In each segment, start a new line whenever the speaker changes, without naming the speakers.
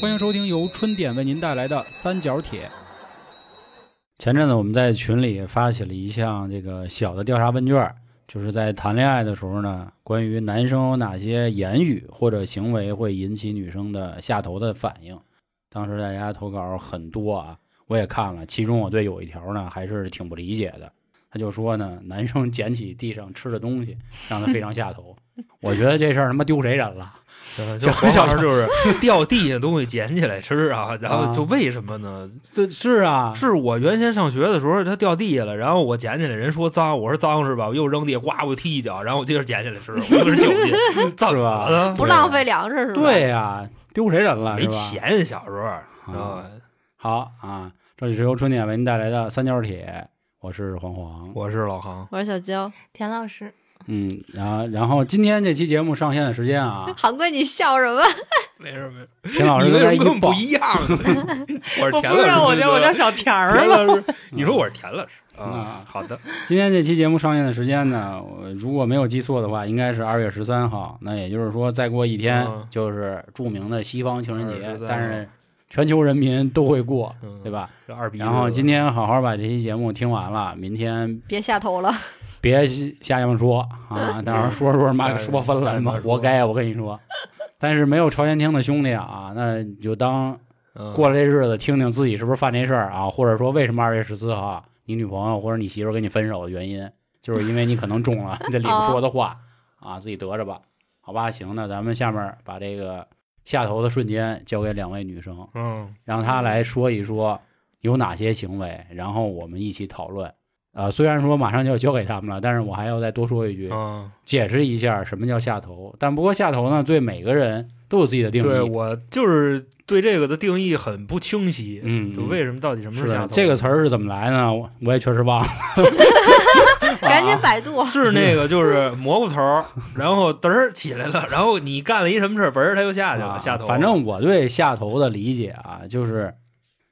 欢迎收听由春点为您带来的《三角铁》。
前阵子我们在群里发起了一项这个小的调查问卷，就是在谈恋爱的时候呢，关于男生有哪些言语或者行为会引起女生的下头的反应。当时大家投稿很多啊，我也看了，其中我对有一条呢还是挺不理解的。他就说呢，男生捡起地上吃的东西，让他非常下头。我觉得这事儿他妈丢谁人了？
就
小
黄
小
老师就是 掉地下东西捡起来吃啊，然后就为什么呢？
对，是啊，
是我原先上学的时候，它掉地下了，然后我捡起来，人说脏，我说脏是吧？我又扔地，呱，我踢一脚，然后我接着捡起来吃，我就是酒 劲，到
是吧
啊，
不
不
是浪
浪
费
费粮食是吧？，
对呀、丢谁人了？
没
是吧
钱，小时候
啊
啊，
好啊，这里是由春点为您带来的三角铁，我是黄黄。
我是老航，
我是小娇。，
田老师，
嗯，然后然后今天这期节目上线的时间啊
韩贵，你笑什么？
没事没事，
田老师
你
刚
为什
才
么
一
跟我们
报
不，一样呢？ 我是
我
田
不
老
是，
师，
我叫我叫小田儿
田
了。
老师，你说我是田老师 啊
啊？
好的，
今天这期节目上线的时间呢，我如果没有记错的话，应该是二月十三号。那也就是说，再过一天
嗯
就是著名的西方情人节
2月，
但是
13
全球人民都会过，
嗯
对？吧？
这二逼的，
然后今天好好把这期节目听完了，明天
别下头了，
啊别瞎他妈说啊！到时候说着说着，妈给说分了，他妈活该！我跟你说，但是没有朝天厅的兄弟啊，那你就当
嗯
过了这日子，听听自己是不是犯这事儿啊，或者说为什么二月十四号啊你女朋友或者你媳妇儿跟你分手的原因，就是因为你可能中了这里面说的话啊，自己得着吧，好吧？行，那咱们下面把这个下头的瞬间交给两位女生，
嗯，
让他来说一说有哪些行为，然后我们一起讨论。呃，虽然说马上就要交给他们了，但是我还要再多说一句，
嗯，
解释一下什么叫下头。但不过下头呢，对每个人都有自己的定义。
对我就是对这个的定义很不清晰，
嗯
就为什么到底什么
是
下头？
这个词儿是怎么来呢？我我也确实忘了。
赶紧百度。
是那个就是蘑菇头儿，然后嘚儿起来了，然后你干了一什么事儿，嘣儿它又下去
啊
了，下头。
反正我对下头的理解啊，就是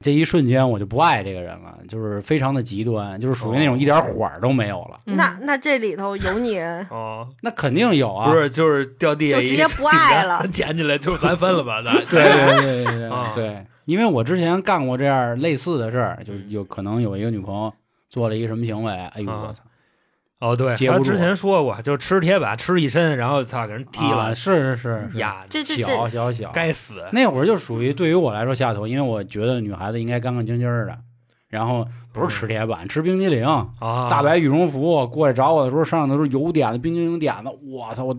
这一瞬间我就不爱这个人了，就是非常的极端，就是属于那种一点火儿都没有了。
嗯
那那这里头有 你，
哦，
那肯定有啊，
不是就是掉地下
就
一
直接不爱了
捡起来就是咱分 了吧，咱
对对对对对
啊
对，因为我之前干过这样类似的事儿，就
嗯
有可能有一个女朋友做了一个什么行为，哎呦
啊
我操，
哦对，
接不
他
住
之前说过，就吃铁板吃一身，然后操给人踢
啊
了，
是是是，
呀，
这这
小
嗯
这
小小，
该死，
那会儿就属于对于我来说下头，因为我觉得女孩子应该干干净净儿的，然后不是吃铁板，吃冰激凌，
啊，
大白羽绒服过来找我的时候，身上都是油点子、冰激凌点子，我操，我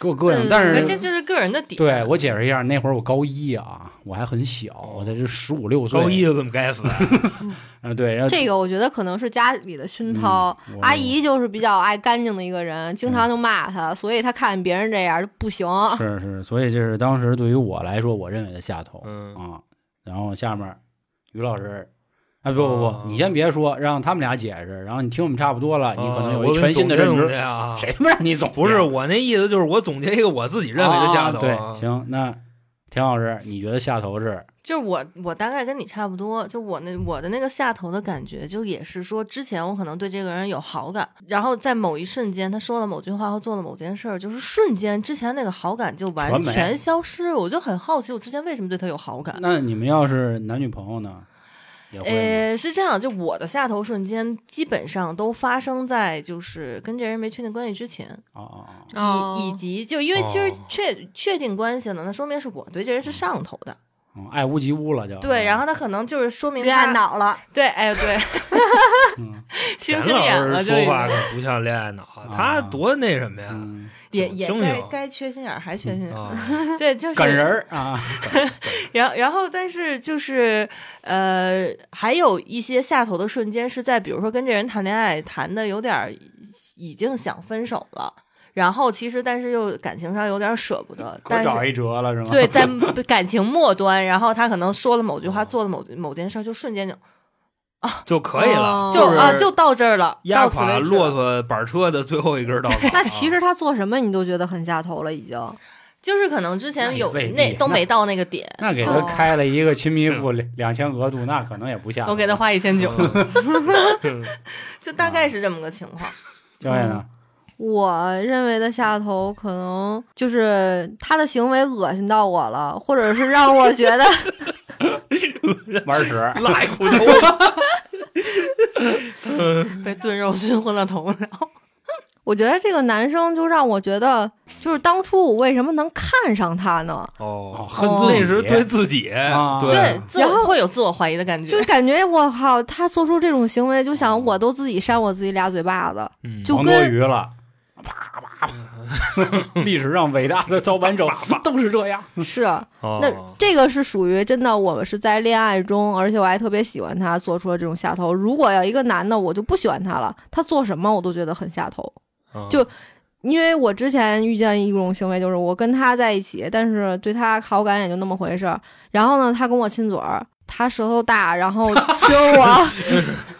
给我膈应。
嗯
但
那
是
这就是个人的底。啊
对我解释一下，那会儿我高一啊，我还很小，
哦
我才是十五六岁。
高一就这么该死，
啊，对，然后
这个我觉得可能是家里的熏陶。
嗯我
阿姨就是比较爱干净的一个人，经常就骂她，所以她看别人这样就不行。
是是，所以这是当时对于我来说，我认为的下头
嗯
啊。然后下面于老师，哎不不
啊
不，你先别说，让他们俩解释，然后你听我们差不多了，你可能
啊
有
我
一
给
全
你
新的
总
认知
结总结。啊，
谁他妈让你总
不
结
是我那意思，就是我总结一个我自己认为的下头、
啊对，行，那田老师，你觉得下头是
就是我，我大概跟你差不多。就我那我的那个下头的感觉，就也是说，之前我可能对这个人有好感，然后在某一瞬间，他说了某句话或做了某件事儿，就是瞬间之前那个好感就完
传媒啊
全消失。我就很好奇，我之前为什么对他有好感？
那你们要是男女朋友呢，也会吗
呃，是这样，就我的下头瞬间基本上都发生在就是跟这人没确定关系之前，
啊啊啊！
哦
以以及就因为其实
哦
确、确定关系了，那说明是我对这人是上头的，
嗯爱屋及乌了就。
对，然后他可能就是说明
恋爱
他
脑
啊
了，
对，哎对，
嗯
星星
田
眼
老
了
师
就
说
已
话
经，
可不像恋爱脑，啊他多那什么呀？
嗯，
也也
清
该
醒
该缺心眼儿还缺心眼儿，
啊，
对，就是
梗人儿啊，
然然后，但是就是，呃，还有一些下头的瞬间是在，比如说跟这人谈恋爱，谈的有点儿已经想分手了，然后其实但是又感情上有点舍不得，
可
但
找
是
一折了是吗？
对，在感情末端，然后他可能说了某句话，做了某某件事儿，就瞬间就
就可以了，
哦
就是啊就到这儿了，
压
到此
垮
为止
骆
了。
驼板车的最后一根稻草。啊
那其实她做什么你都觉得很下头了，已经。
就是可能之
那
前
也
有
未必
那都
那
没到那个点，
那给他
就
开了一个亲密
嗯
付两两千额度，那可能也不下头。
我给他花一千
啊
九，
嗯
就大概是这么个情况。
教练呢？
我认为的下头，可能就是他的行为恶心到我了，或者是让我觉得
玩屎，
拉一裤头，
被炖肉熏昏了头脑。
我觉得这个男生就让我觉得，就是当初我为什么能看上他呢？
哦，
恨
自
己
那是对自己，
啊
对，自
然后
我会有自我怀疑的感觉
就。感觉我靠，他做出这种行为，就想我都自己扇我自己俩嘴巴子，
嗯
就
王多
跟
鱼了，啪啪啪，历史上伟大的造反者都是这样。
是
哦
那这个是属于真的，我们是在恋爱中，而且我还特别喜欢他做出了这种下头。如果要一个男的，我就不喜欢他了，他做什么我都觉得很下头。
嗯
就因为我之前遇见一种行为，就是我跟他在一起，但是对他好感也就那么回事儿。然后呢，他跟我亲嘴儿，他舌头大，然后亲 我，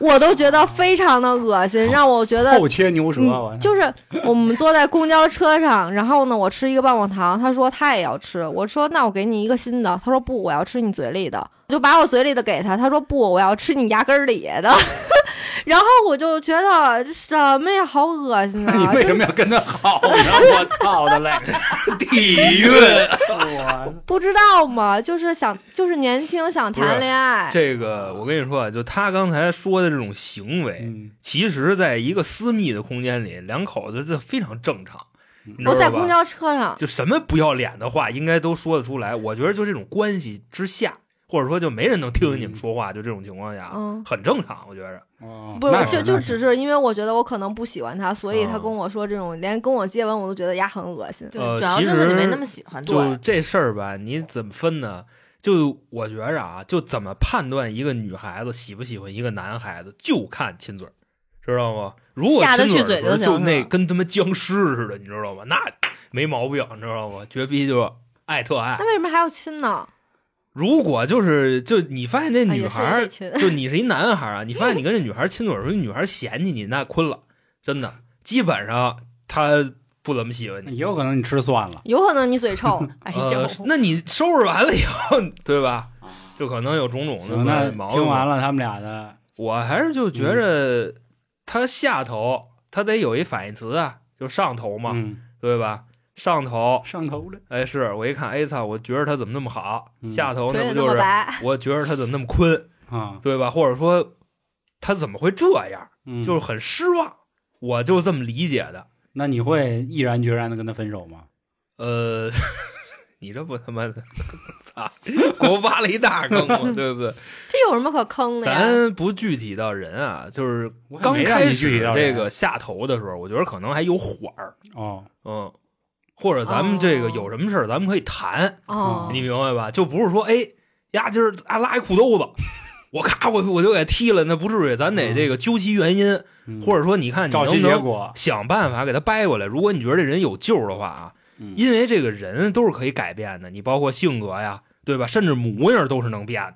我都觉得非常的恶心，让我觉得
后切牛舌，啊我
嗯，就是我们坐在公交车上，然后呢，我吃一个棒棒糖，他说他也要吃，我说那我给你一个新的，他说不，我要吃你嘴里的，我就把我嘴里的给他，他说不，我要吃你牙根儿里的， 然后我就觉得什么呀，好恶心
那 你
啊！
为
就
什么要跟他好呢？我操的嘞！
底蕴，
哎我
不知道嘛，就是想就是年轻想
不是
谈恋爱，
这个我跟你说啊，就他刚才说的这种行为，
嗯
其实在一个私密的空间里，两口子这非常正常。你知道
我在
吧
公交车上，
就什么不要脸的话，应该都说得出来。我觉得就这种关系之下，或者说就没人能听见你们说话，就这种情况下，
嗯。
很正常。我觉着，
哦
不是
那，
就是就
那是
只是因为我觉得我可能不喜欢他，所以他
嗯
跟我说这种，连跟我接吻我都觉得呀很恶心。
对，
呃
主要就
其
是
实
你没那么喜欢。
就这事儿吧，你怎么分呢？就我觉着啊，就怎么判断一个女孩子喜不喜欢一个男孩子，就看亲嘴儿，知道吗？如果
下得
亲
去
嘴儿的时
嘴
候就
就行
那
是吧
跟他妈僵尸似的，你知道吗？那没毛病，你知道吗？绝逼就爱特爱
那。为什么还要亲呢？
如果就是就你发现这
啊
女
也是
孩
也
儿
得亲。
就你是一男孩啊，你发现你跟这女孩亲嘴的时候，女孩嫌弃你，那困了，真的，基本上她不怎么喜欢
也
你。
哎有可能你吃蒜了，
有可能你 嘴臭，
哎
呃
呦，，
那你收拾完了以后，对吧？就可能有种种
行那
的毛病。
听完，了他们俩的，
我还是就觉
嗯
着他下头，他得有一反义词啊，就上头嘛，
嗯，
对吧？上头，
上头了，
哎，是我一看，哎操，我觉着他怎么那么好？
嗯
下头
腿
那
也
不
那
就
么
是
白，
我觉着他怎么那么坤，
啊，
对吧？或者说他怎么会这样？
嗯
就是很失望，我就这么理解的。
那你会毅然决然的跟他分手吗？
呃， 你这不他妈的，操，给我挖了一大坑嘛，对不对？
这有什么可坑的呀？
咱不具体到人啊，就是
我也
刚
没让
开
你具
始
体到
这
人啊
个下头的时候，我觉得可能还有缓儿，
哦，
嗯，或者咱们这个
哦
有什么事儿，咱们可以谈，
哦，
你明白吧？就不是说哎呀，今儿啊拉一裤兜子。我咔，我我就给踢了，那不至于，咱得这个究其原因，
嗯
或者说你看你
找
能不
其结
能
果，
想办法给他掰过来。如果你觉得这人有救的话啊，
嗯
因为这个人都是可以改变的，你包括性格呀，对吧？甚至模样都是能变的，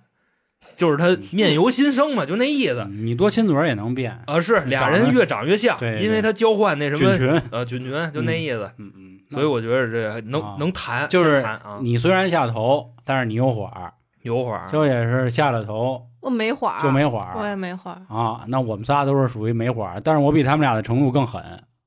就是他面由心生嘛，就那意思。
嗯你嗯多亲嘴儿也能变，
啊，是俩人越长越像，
对对
因为他交换那什
菌
么
群，
呃菌群，就那意思。
嗯嗯，
所以我觉得这能、
啊
能谈，
就是
能谈啊，
你虽然下头，但是你有缓儿，
有会儿啊
就也是下了头
我没缓儿，
就没缓
我也
儿
没话儿。
啊。那我们仨都是属于没缓儿，但是我比他们俩的程度更狠。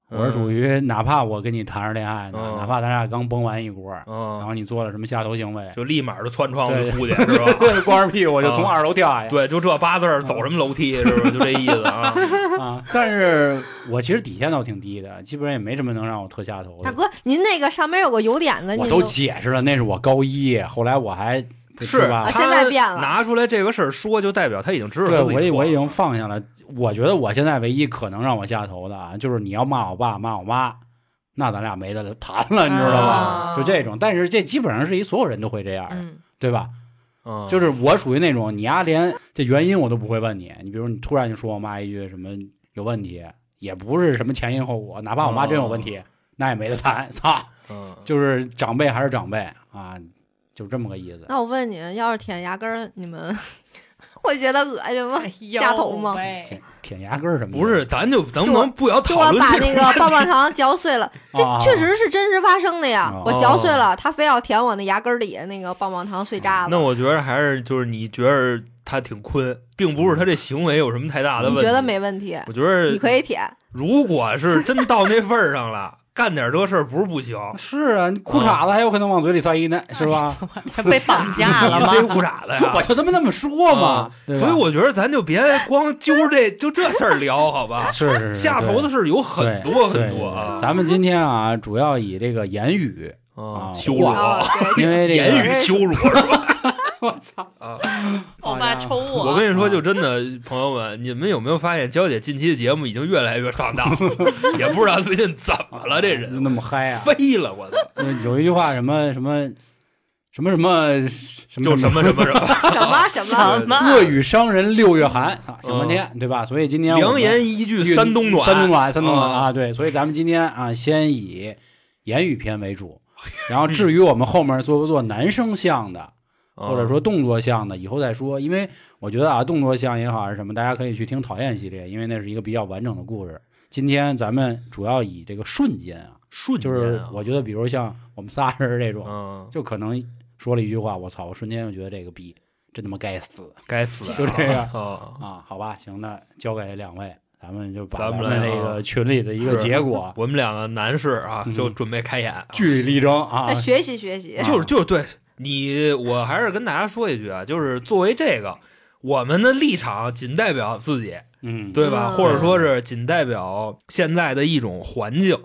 我是属于哪怕我跟你谈着恋爱呢，
嗯
哪怕咱俩刚崩完一锅，然
嗯，
后你做了什么下头行为，嗯
就立马就窜窗户
啊 对
出去是吧？
光着屁股
就从
二楼掉下
对，就这八字儿走什么楼梯是不是？就这意思 啊。
啊！但是我其实底线倒挺低的，基本上也没什么能让我特下头
大
的。
哥，您那个上面有个有点的，
我
您
都解释了，那是我高一，后来我还
是
吧
啊？现在变了
他拿出来这个事儿说，就代表他已经知道
对，
他自己
我也
错
我已
了
经放下了。我觉得我现在唯一可能让我下头的啊，就是你要骂我爸骂我妈，那咱俩没得谈了，你知道吧？
啊
就这种，但是这基本上是一所有人都会这样的，
嗯，
对吧？
嗯
就是我属于那种，你丫、连这原因我都不会问你。你比如你突然就说我妈一句什么有问题，也不是什么前因后果，哪怕我妈真有问
哦
题，那也没得谈。操，
嗯，
就是长辈还是长辈啊，就这么个意思。
那我问你，要是舔牙根儿，你们 会觉得恶心吗？
哎呦
下头吗
喂
舔舔牙根儿什么的
不是，咱就能不
就
能不要
给
讨
我
论
啊把
这
那个棒棒糖嚼 碎了，这
啊
确实是真实发生的呀
哦！
我嚼
嗯
碎了，他非要舔我那牙根儿里那个棒棒糖碎渣子。
那我觉得还是就是你觉得他挺坤，并不是他这行为有什么太大的问
你
题。
觉得没？问题？
我觉得
你可以舔，
如果是真到那份儿上了，干点这事儿不是不行。
是啊，你裤衩子还有可能往嘴里塞呢，
哎
是吧？？
被绑架 了
你
吗？
塞裤衩子呀
我就他妈那么说嘛，啊对吧
所以我觉得咱就别光揪着这就这事儿聊，好吧？
是是是
下头的事儿有很多很多啊，
咱们今天啊，主要以这个言语，
啊
啊
羞辱，
啊，对
因为这
哎言
个
语羞辱是吧？
我操，
啊
我爸抽
我
我，
跟你说，就真的朋友们，你们有没有发现娇姐近期的节目已经越来越上当了？ 也不知道最近怎么了，这
啊就
人
那么嗨啊！
飞了，我操！
有一句话什么什么什么什么什么
就什
么
么什么什么，
什么什么？
什么
恶语伤人六月寒，操，想半天对吧？所以今天我们
嗯良言一句三冬暖，
三冬暖，三冬暖
啊
啊！对，所以咱们今天啊，先以言语篇为主，然后至于我们后面做不做男生向的，
啊
或者说动作向的，以后再说。因为我觉得啊，动作向也好还是什么，大家可以去听讨厌系列，因为那是一个比较完整的故事。今天咱们主要以这个瞬间啊，
瞬间
就
啊，
是我觉得，比如像我们仨人这种，
嗯，
就可能说了一句话，我操，我瞬间就觉得这个逼真他妈该死
该死啊，
就这样
啊！
啊！好吧，行，那交给两位，咱们就把
咱们
们
来
这
啊
个群里的一个
是
结果
我们两个男士啊
嗯，
就准备开演，
据理力争啊
哎，学习学习，
就是就是对你，我还是跟大家说一句啊，就是作为这个。我们的立场仅代表自己，
嗯，
对吧？
嗯
或者说是仅代表现在的一种环境，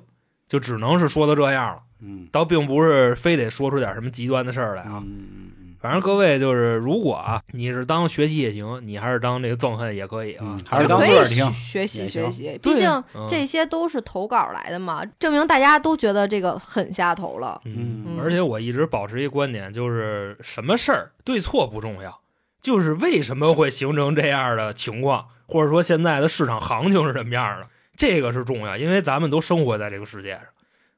就只能是说到这样了，
嗯
倒并不是非得说出点什么极端的事儿来啊。
嗯嗯
反正各位就是，如果啊，你是当学习也行，你还是当这个憎恨也可以啊
嗯，还是当
可
乐
以
儿听
学习
也
学
行
习，毕
对
竟
啊嗯
这些都是投稿来的嘛，证明大家都觉得这个很下头了。
嗯
嗯
而且我一直保持一观点，就是什么事儿对错不重要，就是为什么会形成这样的情况，或者说现在的市场行情是什么样的，这个是重要，因为咱们都生活在这个世界上。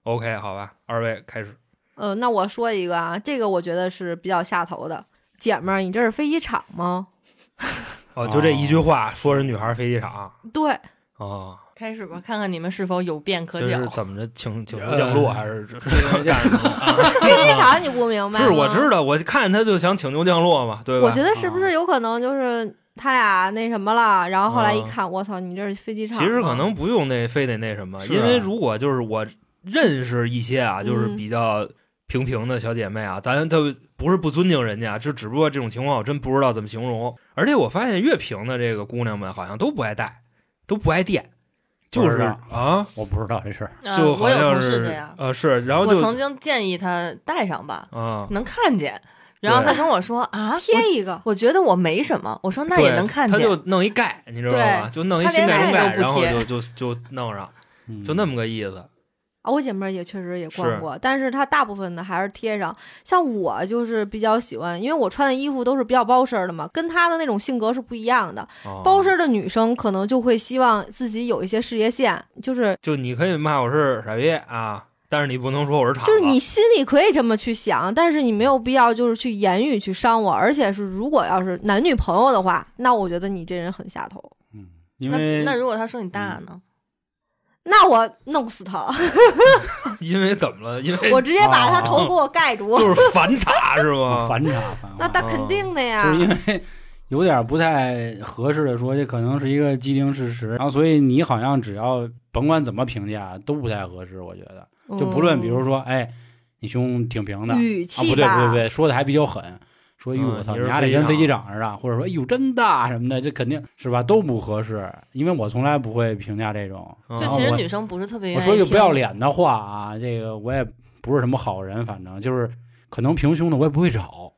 OK，好吧，二位开始。
呃，那我说一个啊，这个我觉得是比较下头的。姐们儿，你这是飞机场吗？
哦，就这一句话，说是女孩飞机场
对，
哦，
开始吧，看看你们是否有变可
这
讲
是。怎么着，请请求降落
呃
还是这这干什么 啊？
飞机场你不明白吗？
是，我知道，我看他就想请求降落嘛，对吧？嗯
我觉得是不是有可能就是他俩那什么了？然后后来一
啊
看，我操，你这是飞机场吗。
其实可能不用那非得那什么，
是啊
因为如果就是我认识一些啊，
嗯
就是比较平平的小姐妹啊，咱她不是不尊敬人家，就只不过这种情况我真不知道怎么形容。而且我发现越平的这个姑娘们好像都不爱戴，都不爱电，就
不知
是
道
啊，
我不知道这事儿，
嗯
就
我
好
有
像
同事
是
这样，
呃是，然后
我
就
曾经建议他带上吧，
啊，
能看见。然后他跟我说啊，我
贴一个，
我觉得我没什么。我说那也
对
能看
她
见。
就弄一盖，你知道吗？
对
就弄一
她
新盖
连盖
盖，
都不
然后
贴
就就就弄上，
嗯
就那么个意思。
啊，我姐妹儿也确实也
是
逛过，但是她大部分的还是贴上。像我就是比较喜欢，因为我穿的衣服都是比较包身儿的嘛，跟她的那种性格是不一样的。
啊
包身儿的女生可能就会希望自己有一些事业线，就是
就你可以骂我是傻逼啊，但是你不能说我是傻子。
就是你心里可以这么去想，但是你没有必要就是去言语去伤我，而且是如果要是男女朋友的话，那我觉得你这人很下头。
嗯，因
那
为
那如果他说你大呢？
那我弄死他，
因为怎么了？因为
我直接把他
哦
头给我盖住，
就是反差是吗？
反差，反
那
差
他肯定的呀。
就是因为 有点不太合适的说，这可能是一个既定事实，然后所以你好像只要甭管怎么评价都不太合适，我觉得，就不论比如说，哎，你胸挺平的，
哦嗯语
啊，不
气
对不
吧，
对不对，说的还比较狠，说哟
嗯
我操，
你
你
是
丫得
飞机
跟
长
飞机长似的，或者说哎呦真大什么的，这肯定是吧，都不合适，因为我从来不会评价这种，
嗯
就
然后
其实
我
女生不是特别愿意
我说句
听
不要脸的话啊，这个我也不是什么好人，反正就是可能平胸的我也不会找，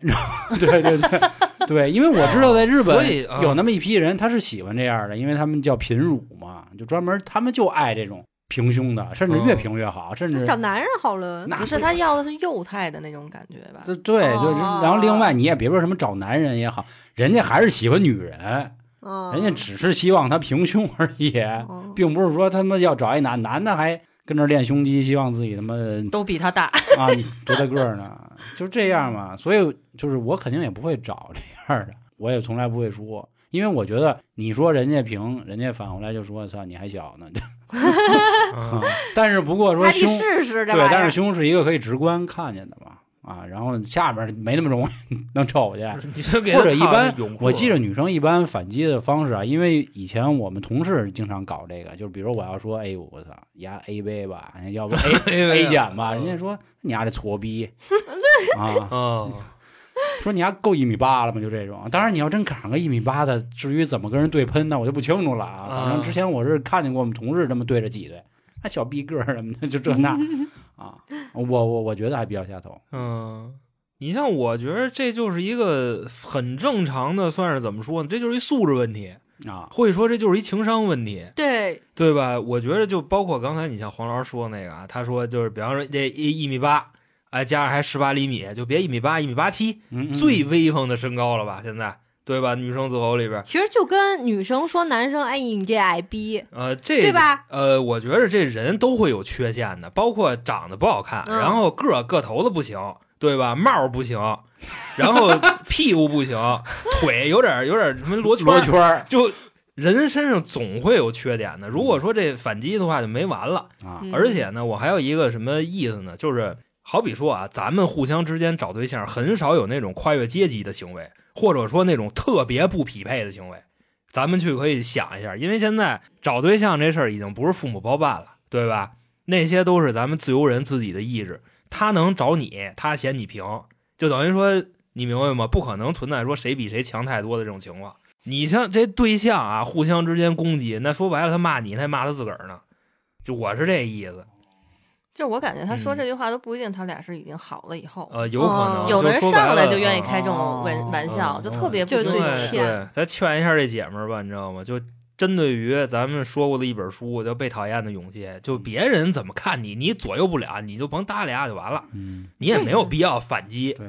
你知道吗 对对对对，因为我知道在日
所
本
以啊
有那么一批人，他是喜欢这样的，因为他们叫贫乳嘛，就专门他们就爱这种平胸的，甚至
嗯
越平越好，甚至
找男人好了。
那
不是
不
他
行
要的是幼态的那种感觉吧？
对对，就是
哦
然后另外你也别说什么找男人也好，人家还是喜欢女人，
嗯，
人家只是希望他平胸而已，
嗯
并不是说他妈要找一男男的还跟着练胸肌，希望自己他妈
都比他大，
啊，你多大个儿呢？就这样嘛。所以就是我肯定也不会找这样的，我也从来不会说，因为我觉得你说人家平，人家反过来就说操你还小呢。
嗯
但是不过说
还得
胸，
试试这
对，
玩意
但是
儿。
胸是一个可以直观看见的嘛。啊，然后下边没那么容易 能抽回去。
嗯 你就给
或
他
者一
套
般
泳裤
我 记着女生一般反击的方式啊，因为以前我们同事经常搞这个，就是比如我要说，哎呦我操，牙 A 杯吧，哎要 不 A A 减吧，
嗯
人家说你丫这矬逼啊，
啊，
说你丫够一米八了吗？就这种。当然你要真赶上个一米八的，至于怎么跟人对喷，那我就不清楚了啊。
啊
反正之前我是看见过我们同事这么对着挤兑，还小逼个儿什么的，就 这那啊，我我我觉得还比较下头。
嗯，你像我觉得这就是一个很正常的，算是怎么说呢？这就是一素质问题，
啊，
或者说这就是一情商问题，
对，
对吧？我觉得就包括刚才你像黄老师说那个啊，他说就是比方说这一一米八，哎，加上还十八厘米，就别一米八一米八七，
嗯，嗯
最威风的身高了吧？现在对吧？女生择偶里边，
其实就跟女生说男生，哎，你这矮逼，
呃，这
对吧？
呃，我觉着这人都会有缺陷的，包括长得不好看，
嗯
然后个儿个头子不行，对吧？帽儿不行，然后屁股不 行，腿有点儿有点儿什么罗圈
罗
儿，
圈儿
就人身上总会有缺点的。如果说这反击的话，就没完了。
啊，
嗯
而且呢，我还有一个什么意思呢？就是好比说啊，咱们互相之间找对象，很少有那种跨越阶级的行为，或者说那种特别不匹配的行为。咱们去可以想一下，因为现在找对象这事儿已经不是父母包办了，对吧？那些都是咱们自由人自己的意志。他能找你，他嫌你平，就等于说，你明白吗？不可能存在说谁比谁强太多的这种情况。你像这对象啊，互相之间攻击，那说白了，他骂你，他还骂他自个儿呢。就我是这意思，
就是我感觉他说
嗯
这句话都不一定，他俩是已经好了以后。
呃，有可能、
嗯
有的人
就说白
上来
了
就愿意
嗯
开这种
哦
玩玩笑，
嗯
就特别不
就
尊
最
重
对
人
气
对
欠，
咱劝一下这姐们儿吧，你知道吗？就针对于咱们说过的一本书叫《被讨厌的勇气》，
嗯
就别人怎么看你，你左右不了，你就甭搭理啊就完了，
嗯，
你也没有必要反击
对，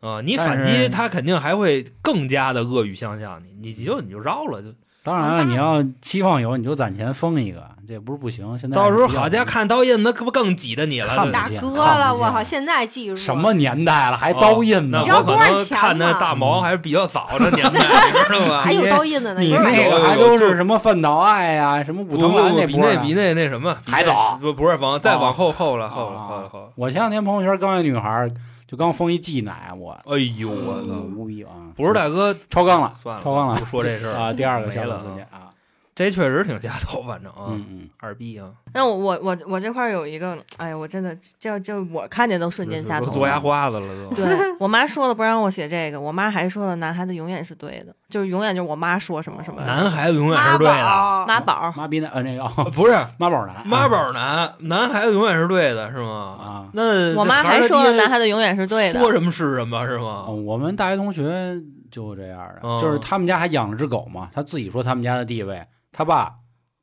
啊、呃你
但
反击
是
他肯定还会更加的恶语相向你，你就你就绕了，就
当然了，你要期望有，你就攒钱封一个，这也不是不行。现在
到时候
比较
好家看刀印子，可不更挤得你了
看？
这
大
不见
哥
看不
了，我
见
靠，现在记住
什么年代了，
哦
还刀印呢？
那
你知道
我
多
可
少
能
钱
看那
吗
大毛还是比较早的年代，你知道吗？
还有刀印子呢，
你啊
一会儿
那个还都是什么范岛爱呀、什么武
不
藤
不
兰
不比
波啊
那
呢
比那那什么比
还
那
早
不不是往再往
哦
后后了
哦
后了
哦
后了后了。
我前两天朋友圈刚一女孩儿就刚封一妓奶，我
哎呦我操！
无语啊！
不是大哥，
超纲了，
算了，
超纲了
不说这事儿
啊！第二个
没
小
了
伙子
啊，
啊，
这确实挺下头，反正啊，
嗯嗯，
二逼啊，
那我我我我这块儿有一个，哎呀，我真的这这我看见都瞬间下
哦
都
头
做
了。
牙花子了都。
对我妈说了不让我写这个，我妈还说了男孩子永远是对的，就是永远就是我妈说什么什么
男孩子永远
妈
是对的，
啊
宝，
妈宝儿，
妈逼男呃那个哦
不是
妈宝男，
妈宝男，男孩子永远是对的，是吗？
啊！
那
我妈还
还
说了男孩子永远是对的。
说什么是什么，是
啊
吗？
我们大学同学就这样的，
嗯
就是他们家还养了只狗嘛，他自己说他们家的地位，他爸、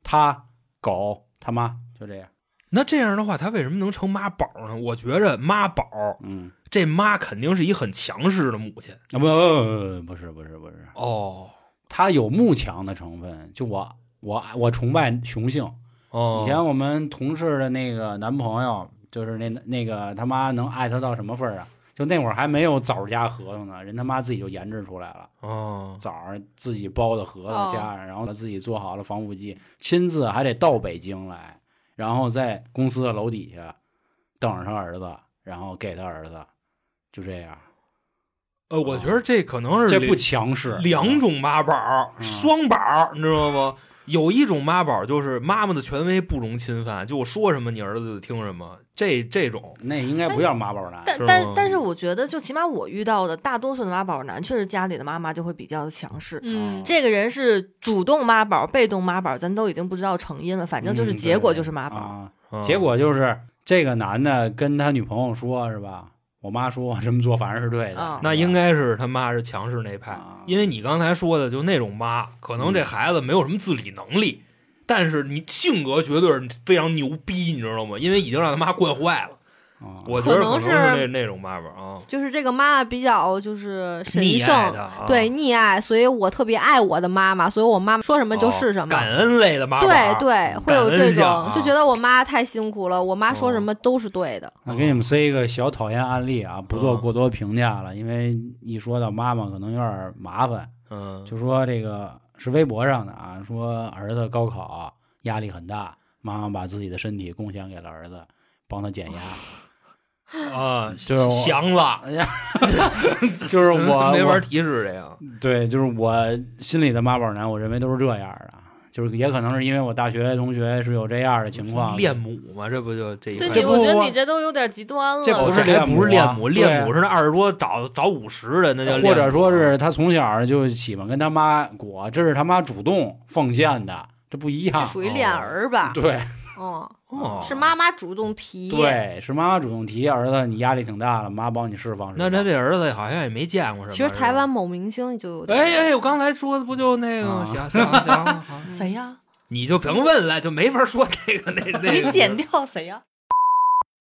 他、狗、他妈就这样，
那这样的话，他为什么能成妈宝呢？我觉着妈宝
嗯，
这妈肯定是一很强势的母亲
啊不不不是不是不是，
哦
他有慕强的成分，就我我我崇拜雄性，
哦，
以前我们同事的那个男朋友，就是那那个他妈能爱他到什么份儿啊？就那会儿还没有枣儿加核桃呢，人他妈自己就研制出来了，
哦
枣儿自己剥的核桃
哦
加上，然后自己做好了防腐剂，亲自还得到北京来，然后在公司的楼底下瞪着他儿子，然后给他儿子，就这样，
呃，我觉得这可能是
哦这
两
不强势，
两种妈宝儿，
嗯
双宝儿，你知道吗？有一种妈宝儿就是妈妈的权威不容侵犯，就我说什么你儿子就听什么，这这种
那应该不叫妈宝男，
但
是吗
但但是我觉得，就起码我遇到的大多数的妈宝男，确实家里的妈妈就会比较的强势。
嗯，
这个人是主动妈宝、被动妈宝，咱都已经不知道成因了，反正就是
嗯
结果就是妈宝。
啊。
嗯
结果就是这个男的跟他女朋友说，是吧？我妈说我这么做反正是对的，
啊
那应该是他妈是强势那派
啊，嗯
因为你刚才说的就那种妈，可能这孩子没有什么自理能力，但是你性格绝对是非常牛逼，你知道吗？因为已经让他妈惯坏了。
啊
我觉得
可能
可能那
是
那种妈宝啊，
就是这个妈妈比较就是神
溺爱
圣
的，啊，
对溺爱，所以我特别爱我的妈妈，所以我妈妈说什么
哦
就是什么。
哦感恩类的妈宝，
对，对，会有
感
这
恩
种，
像啊
就觉得我妈太辛苦了，我妈说什么都是对的。
那给你们塞一个小讨厌案例啊，不做过多评价了，因为一说到妈妈可能有点麻烦。
嗯，
就说这个是微博上的啊，说儿子高考压力很大，妈妈把自己的身体贡献给了儿子，帮他减压。
啊，
就是我
降了，
哎呀， 就是 我
嗯没
我
法提示这 个，
对，就是我心里的妈宝男，我认为都是这样的，就是也可能是因为我大学同学是有这样的情况，
恋母嘛，这不就这一
对
块哦
你，
不
我觉得
我
你这都有点极端了。
这不
这还不是
恋
恋
母
母，
啊
恋母是那二十多找找五十的，那叫
或
恋
者
母啊
说是他从小就喜欢跟他妈裹，这是他妈主动奉献的，这不一
这
样。
属于恋儿吧？
对
嗯，
哦
是妈妈主动提，
对，是妈妈主动提，儿子你压力挺大了，妈帮你释放。
那
释
他
放
这儿子好像也没见过什么。
其实台湾某明星就有
是吧，
点
哎哎，我刚才说的不就那个
啊
吗？行行行，好
谁呀？
你就甭问了，就没法说那个那那
你
个。
剪掉谁呀？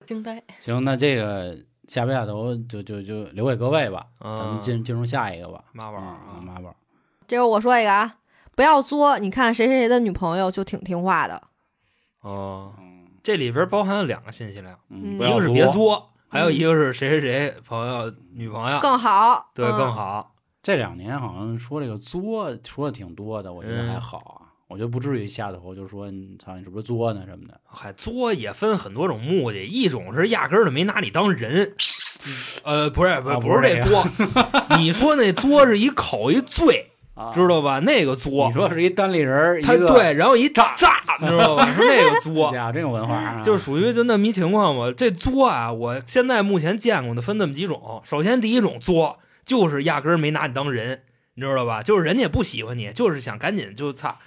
惊呆！
行，那这个下边下头就就就留给各位吧，咱
嗯
们，进进入下一个吧。
妈宝
嗯
啊，
妈宝，
这是我说一个啊，不要作。你看谁谁谁的女朋友就挺听话的，
啊哦，
嗯
这里边包含了两个信息量，
嗯
嗯，
不
一
要
个是别
作，
作，还有一个是谁谁谁朋友女朋友，
更好，
对
嗯
更。好。
这两年好像说这个作说的挺多的，我觉得还
嗯
好啊，我觉得不至于下头就说你操你是不是作呢什么的。
嗨，作也分很多种目的，一种是压根儿就没拿你当人，呃，不是，不
啊
是
不
不
是
是这作， 你说那作是一口一醉，知道吧？那个作
你，说是一单立人儿，一
啊他
个
对，然后一炸炸，你知 道吧？是那个作，
呀，真有文化啊，
就属于就那么一情况吧。这作啊，我现在目前见过的分那么几种。首先，第一种作就是压根儿没拿你当人，你知道吧？就是人家也不喜欢你，就是想赶紧就擦，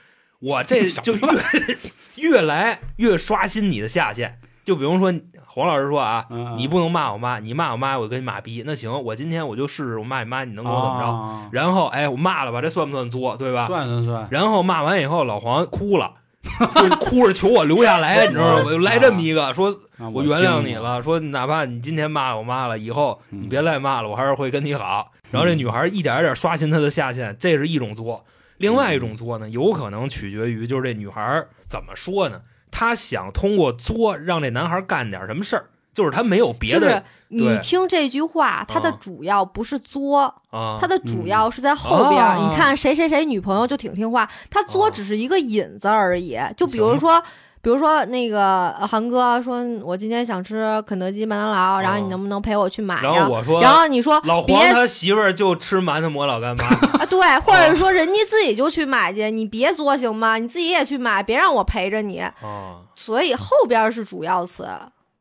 我这就越 越来越刷新你的下限。就比如说黄老师说啊，
嗯
你不能骂我妈，你骂我妈我跟你骂逼。那行，我今天我就试试我骂你妈，你能给我怎么着？
么
然后哎，我骂了吧，这算不算作，对吧？
啊算算算，
然后骂完以后，老黄哭了， 就是哭着求我留下 来，你知道吗？我就来这么一个，说
啊
我原谅
敬
你了，说哪怕你今天骂我妈了，以后
嗯
你别再骂了，我还是会跟你好。然后这女孩一点一点刷新她的下限，这是一种作。另外一种作呢，有可能取决于就是这女孩怎么说呢？她想通过作让这男孩干点什么事儿，就是她没有别
就
的
是你
对
听这句话，它的
嗯
主要不是作，
啊，
它的主要是在后边儿。
哦
你看谁谁谁女朋友就挺听话，他作
哦
只是一个引子而已。就比如说，比如说那个呃韩哥说，我今天想吃肯德基、麦当劳，然后你
哦
能不能陪我去买
然
呀
后？我说，
然后你说
老黄
别
他媳妇儿就吃馒头磨老 干妈，
啊，对，或
哦
者说人家自己就去买去，你别作行吗？你自己也去买，别让我陪着你。
啊。
所以后边儿是主要词，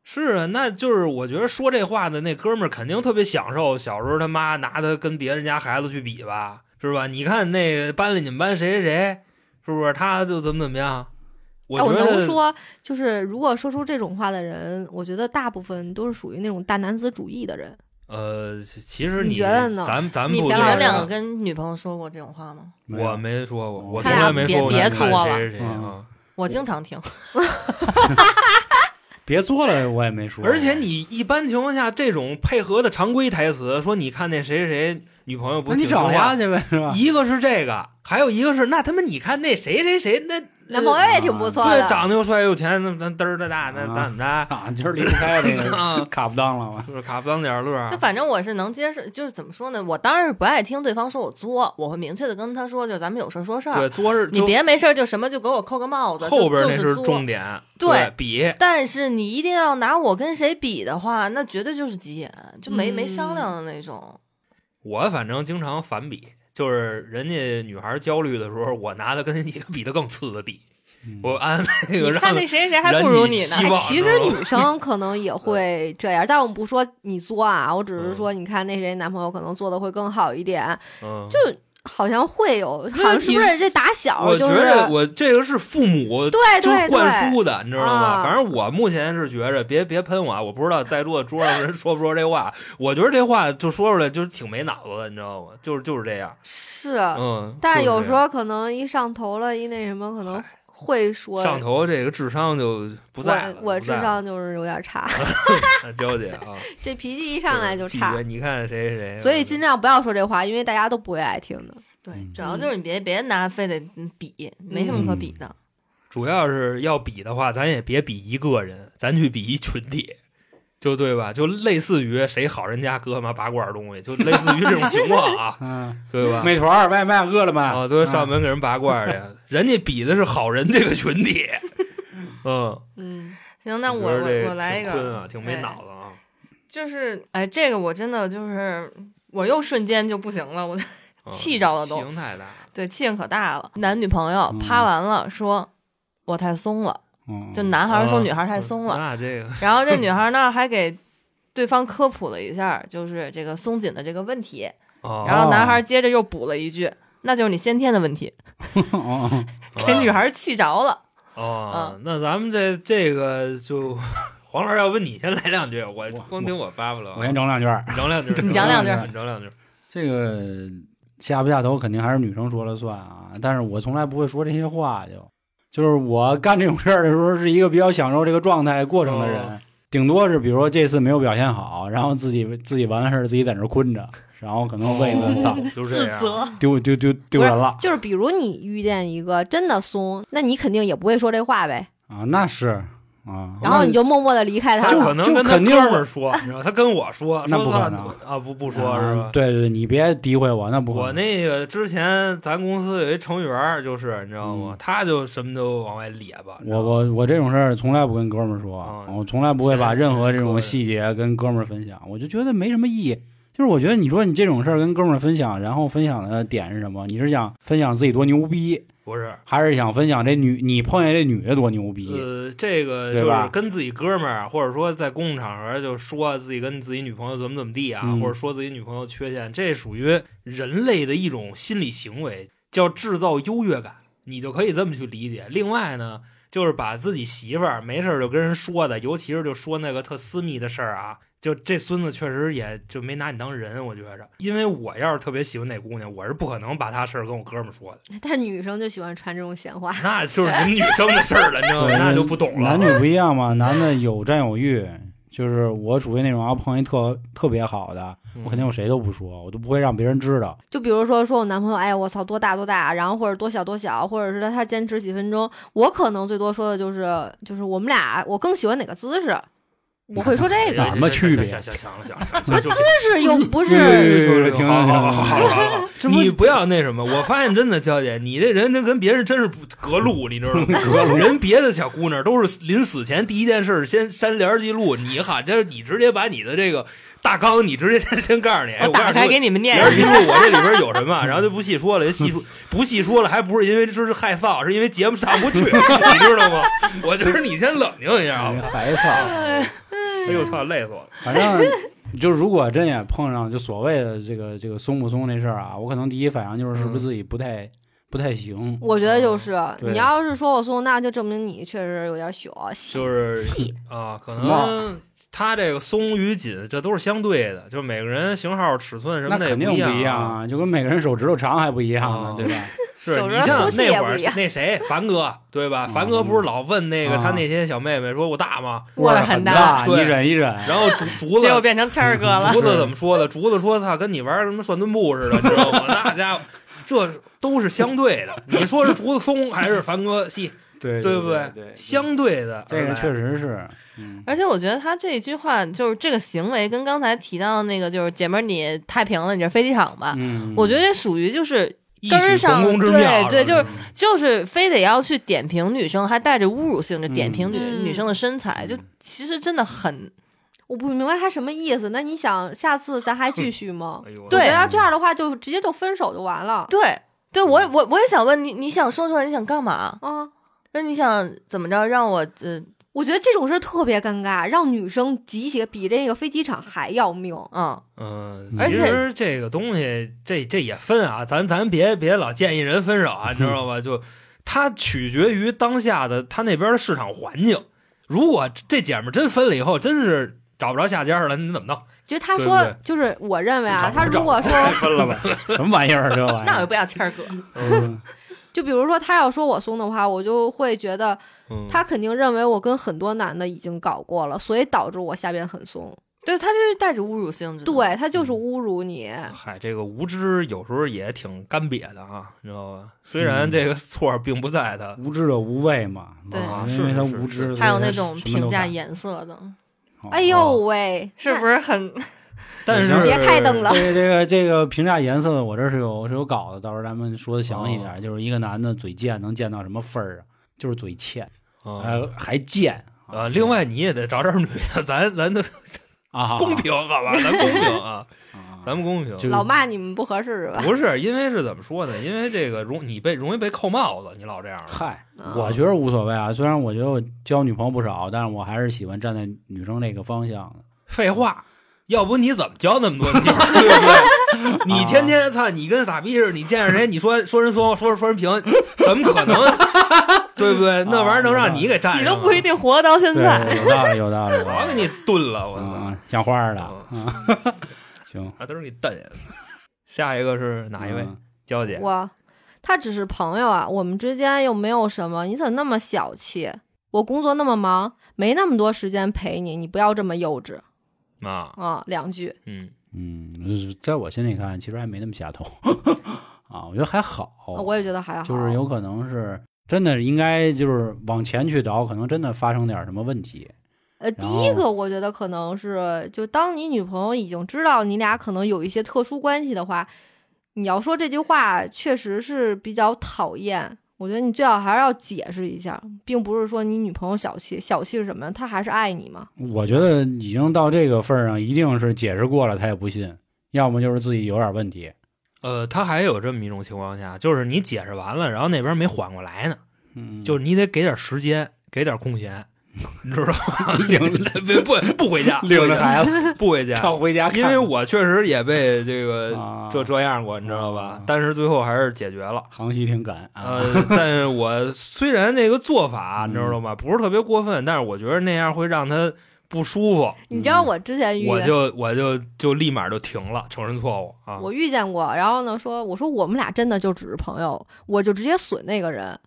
是啊，那就是我觉得说这话的那哥们儿肯定特别享受小时候他妈拿他跟别人家孩子去比吧，是吧？你看那个班里你们班谁谁谁，是不是他就怎么怎么样？我
哎，
觉
我
得、
能说，就是如果说出这种话的人，我觉得大部分都是属于那种大男子主义的人。
呃，其其实
你觉得呢
咱咱
你
不
们
别老
觉
师
们
得
两个跟女朋友说过这种话吗？
没有
我没说过，我
他
从
俩
来没说过你
别别
看
作了
谁谁谁
嗯
啊。
我经常听，
别作了，我也没说。
而且你一般情况下，这种配合的常规台词，说你看那谁谁谁女朋友不
那你
挺漂
找他
亮，
去呗，是吧？
一个是这个，还有一个是那他妈你看那谁谁谁那
男朋友也挺不错的，
对，长得又帅又有钱，那咱嘚儿的大，那咱怎么着？
啊，就是离不开这 个
啊，
卡不当了嘛。
就是卡不当点儿啊乐
那
儿。
反正我是能接受，就是怎么说呢？我当然是不爱听对方说我作，我会明确的跟他说，就是咱们有事儿说事
对，
儿，
昨日
你别没事儿就什么就给我扣个帽子，
后边
就
那
就是作
重点，
对
比
但是你一定要拿我跟谁比的话，那绝对就是急眼，就没、没商量的那种。
我反正经常反比，就是人家女孩焦虑的时候，我拿她跟一个比她更次的比，
嗯
我按那个
你看
让
那谁谁谁还不如你呢
人，
哎
希，望
其实
是吧
女 生可能也会这样，但是我们不说你作啊，我只是说，你看那谁男朋友可能做的会更好一点，
嗯，
就好像会有，好
那
像是不
你
是这打小
我觉
就是啊
得我这个是父母
对
就
对
灌
对，
输的，你知道吗？
啊
反正我目前是觉着，别别喷我啊！我不知道在座桌上人说不说这话，我觉得这话就说出来就是挺没脑子的，你知道吗？就是就是这样，
是，
嗯。
但
就是这样
有时候可能一上头了，一那什么，可能会说
上头这个智商就不在了，
我我
不
智
在了
商就是有点差，
啊娇姐 啊，
这脾气一上来就
拒
差
绝，你看谁谁嗯谁，
所以尽量不要说这话，因为大家都不会爱听的。
对
嗯，，
主要就是你别别拿非得嗯比，没什么可
嗯
比的。
主要是要比的话，咱也别比一个人，咱去比一群体，就对吧？就类似于谁好人家搁他妈拔罐东西，就类似于这种情况 啊
嗯，
对吧？
美团儿、外卖、饿了么
啊，都
啊
上门给人拔罐去， 人家比的是好人这个群体，嗯，
嗯，
行，那我
你说这
我我来一
挺困
个
啊，挺没
哎
脑子啊，
就是哎，这个我真的就是我又瞬间就不行了，我
嗯
气着了都
气性太大了。
对气性可大了。男女朋友
嗯
啪完了说。我太松了，
嗯，
就男孩说
嗯
女孩太松了，
那 这个
然后这女孩呢还给对方科普了一下，就是这个松紧的这个问题。
哦，
然后男孩接着又补了一句：“那就是你先天的问题。
哦，”
给女孩气着了。啊
哦，那咱们这这个就 黄老师，要不你先来两句，我
我
光听我叭叭了，
我先整两句儿。
你整两句，
你整两句
你整两句。
这个下不下头肯定还是女生说了算啊，但是我从来不会说这些话就，就是我干这种事儿的时候是一个比较享受这个状态过程的人，
哦
顶多是比如说这次没有表现好，然后自己自己完了事儿自己在那儿困着，然后可能问
哦
一问 操、
就这样，
丢丢丢丢
不是
人了
就是比如你遇见一个真的松，那你肯定也不会说这话呗，
啊，那是啊，
然后你就默默的离开他
他
了
可。能跟
就
他
肯
哥
定
们 儿说，你知道，他跟我说，
那
说
不
操
可能
啊，不不
不
说是吧？
对对，你别诋毁我，那不可
我
能
那个之前咱公司有一程序员儿，就是你知道吗
嗯？
他就什么都往外咧吧。你知
我
道吗
我我这种事儿从来不跟哥们儿说，
啊
我从来不会把任何这
谁
种
谁
细节跟哥们儿分享，我就觉得没什么意义。就是我觉得你说你这种事儿跟哥们儿分享，然后分享的点是什么？你是想分享自己多牛逼，
不是，
还是想分享这女你碰见这女的多牛逼？
呃，这个
对
就
吧
是跟自己哥们儿，啊或者说在公共场合就说自己跟自己女朋友怎么怎么地啊，
嗯
或者说自己女朋友缺陷，这属于人类的一种心理行为，叫制造优越感，你就可以这么去理解。另外呢，就是把自己媳妇儿没事儿就跟人说的，尤其是就说那个特私密的事儿啊。就这孙子确实也就没拿你当人，我觉着，因为我要是特别喜欢哪姑娘，我是不可能把她事儿跟我哥们儿说的，
但女生就喜欢传这种闲话，
那就是你们女生的事儿了，你知道吗？
对
那就不懂了。
男
嗯
女不一样 嘛，男的有占有欲，就是我属于那种要啊碰一特特别好的，
嗯
我肯定我谁都不说，我都不会让别人知道。
就比如说说我男朋友，哎呀我操多大多大，然后或者多小多小，或者是他坚持几分钟，我可能最多说的就是就是我们俩我更喜欢哪个姿势，我会说 这个
哪么区别
行行行行行行，就
姿势又哎 不
对
是
对 对对，停
好
停
好好好
停停，
好好，你不要那什么，我发现真的，娇姐，你这人就跟别人真是不隔路，你知道吗？人别的小姑娘都是临死前第一件事先删聊天记录，你哈，这你直接把你的这个大纲，你直接先先告诉你，哎，我告
打
诉
开
你。
给你们念
聊天记录
一下。
我这里边有什么，然后就不细说了，细说不细说了，还不是因为就是害臊，是因为节目上不去，你知道吗？我觉得你先冷静一下啊！
害臊。
哎呦操，累死我了。
反正就如果真也碰上就所谓的这个这个松不松这事儿啊，我可能第一反应就是是不是自己不太、不太行。
我觉得就是，
哦对
你要是说我松，那就证明你确实有点小细
就是
细
啊，可
Small
能它这个松与紧，这都是相对的，就是每个人型号、尺寸什
那
么的也
肯定
一
一样
啊。
啊，就跟每个人手指头长还不一样呢，
哦
对吧？
是
手
你
指
像
粗细也
那
不
会儿
一样
那谁凡哥对吧？
嗯
凡哥不是老问那个
啊
他那些小妹妹说我大吗？
味
味
儿
儿
很大
大，你
对
忍一忍。
然后 竹竹子
结果变成谦儿哥了。
竹子怎么说的？竹子说：“操，跟你玩什么涮墩布似的，你知道吗？ 那家伙，这都是相对的。你说是竹子松还是凡哥细，
对
对
对
不
对，
相对的，哎
这个确
实
实是， 嗯，
而且我觉得他这一句话就是这个行为，跟刚才提到的那个就是姐们儿你太平了，你这飞机场吧，
嗯
我觉得这属于就是
异
根儿
曲
上
同工之
对
妙。
对就是
吧
就是非得要去点评女生，还带着侮辱性的点评女、
嗯
女生的身材，
嗯
就其实真的很
我不明白他什么意思。那你想，下次咱还继 续吗？
哎呦我
对
要这样的话，就直接就分手就完了。
对。对我我我也想问你，你想说出来你想干嘛？
啊，
那你想怎么着让我呃
我觉得这种事儿特别尴尬，让女生集血比这个飞机场还要命。
嗯
嗯，
而
其
且
实这个东西，这这也分啊，咱咱别别老建议人分手啊，你知道吧？就它取决于当下的他那边的市场环境。如果这姐们儿真分了以后，真是找不着下家了，你怎么弄？
就他说，
对对
就是我认为啊，
不
他
找
如果说，
分了吧，什么玩意儿这玩意
那我就
儿？
不要谦儿哥，
嗯
就比如说他要说我松的话，我就会觉得
嗯，
他肯定认为我跟很多男的已经搞过了，所以导致我下边很松。
对他就是带着侮辱性
嗯
质的，
对他就是侮辱你。
嗨，这个无知有时候也挺干瘪的啊，你知道吧？虽
嗯
然这个错儿并不在他，
无知者无畏嘛，
对
啊
啊
因为
是
他
是
无
是
知，
还
所
有
以他
那种
什么都
评价
敢哦
颜色的，
哎
哦
呦喂，
是不是很
但是
别开灯了。
这这个这个评价颜色的，我这是有是有稿子，到时候咱们说的详细一点。
哦
就是一个男的嘴贱能贱到什么份儿啊？就是嘴欠，
啊
呃，还贱
啊，另外你也得找点女的，咱咱都
啊，
公平好吧？咱公平啊，
啊，
咱们公平。
就是
老骂你们不合适是吧？
不是，因为是怎么说呢？因为这个容你被容易被扣帽子，你老这样。
嗨，
嗯
我觉得无所谓啊。虽然我觉得我交女朋友不少，但是我还是喜欢站在女生这个方向的。
废话，要不你怎么交那么多女儿？ 对 不对？你天天操，你跟傻逼似的，你见着谁你说说人怂，说说人平，怎么可能？ 对不对？那玩意儿能让你给占上？
啊你都不一。定活到现
对，
在。
有道理，有道理。
早给你炖 了，我操！
啊，讲话儿了
嗯
啊， 行，
啊，都是你瞪下来的。 下一个是哪一位？
嗯
娇姐。
我，他只是朋友啊，我们之间又没有什么，你怎么那么小气？我工作那么忙，没那么多时间陪你，你不要这么幼稚
啊，
啊！两句，
嗯，
嗯，在我心里看，其实还没那么下头 啊，我觉得还好。
哦我也觉得还好。
就是有可能是真的应该就是往前去找，可能真的发生点什么问题。
呃，
然
第
后
一个我觉得可能是，就当你女朋友已经知道你俩可能有一些特殊关系的话，你要说这句话确实是比较讨厌。我觉得你最好还是要解释一下，并不是说你女朋友小气，小气是什么呀？她还是爱你嘛。
我觉得已经到这个份儿上，一定是解释过了，他也不信，要么就是自己有点问题。
呃，他还有这么一种情况下，就是你解释完了，然后那边没缓过来呢，
嗯，
就是你得给点时间，给点 空闲，你知道吗？领 不不回家，
领着孩 子
子不回家，
要回家看，
因为我确实也被这个
啊
这这样过，你知道吧
啊？
但是最后还是解决了。
航西挺赶啊，
呃，但是我虽然那个做法
嗯
你知道吗，不是特别过分，但是我觉得那样会让他不舒服，
你知
嗯
道我之前遇
我
见
就我就就立马就停了，承认错误啊。
我遇见过，然后呢说，我说我们俩真的就只是朋友，我就直接损那个人，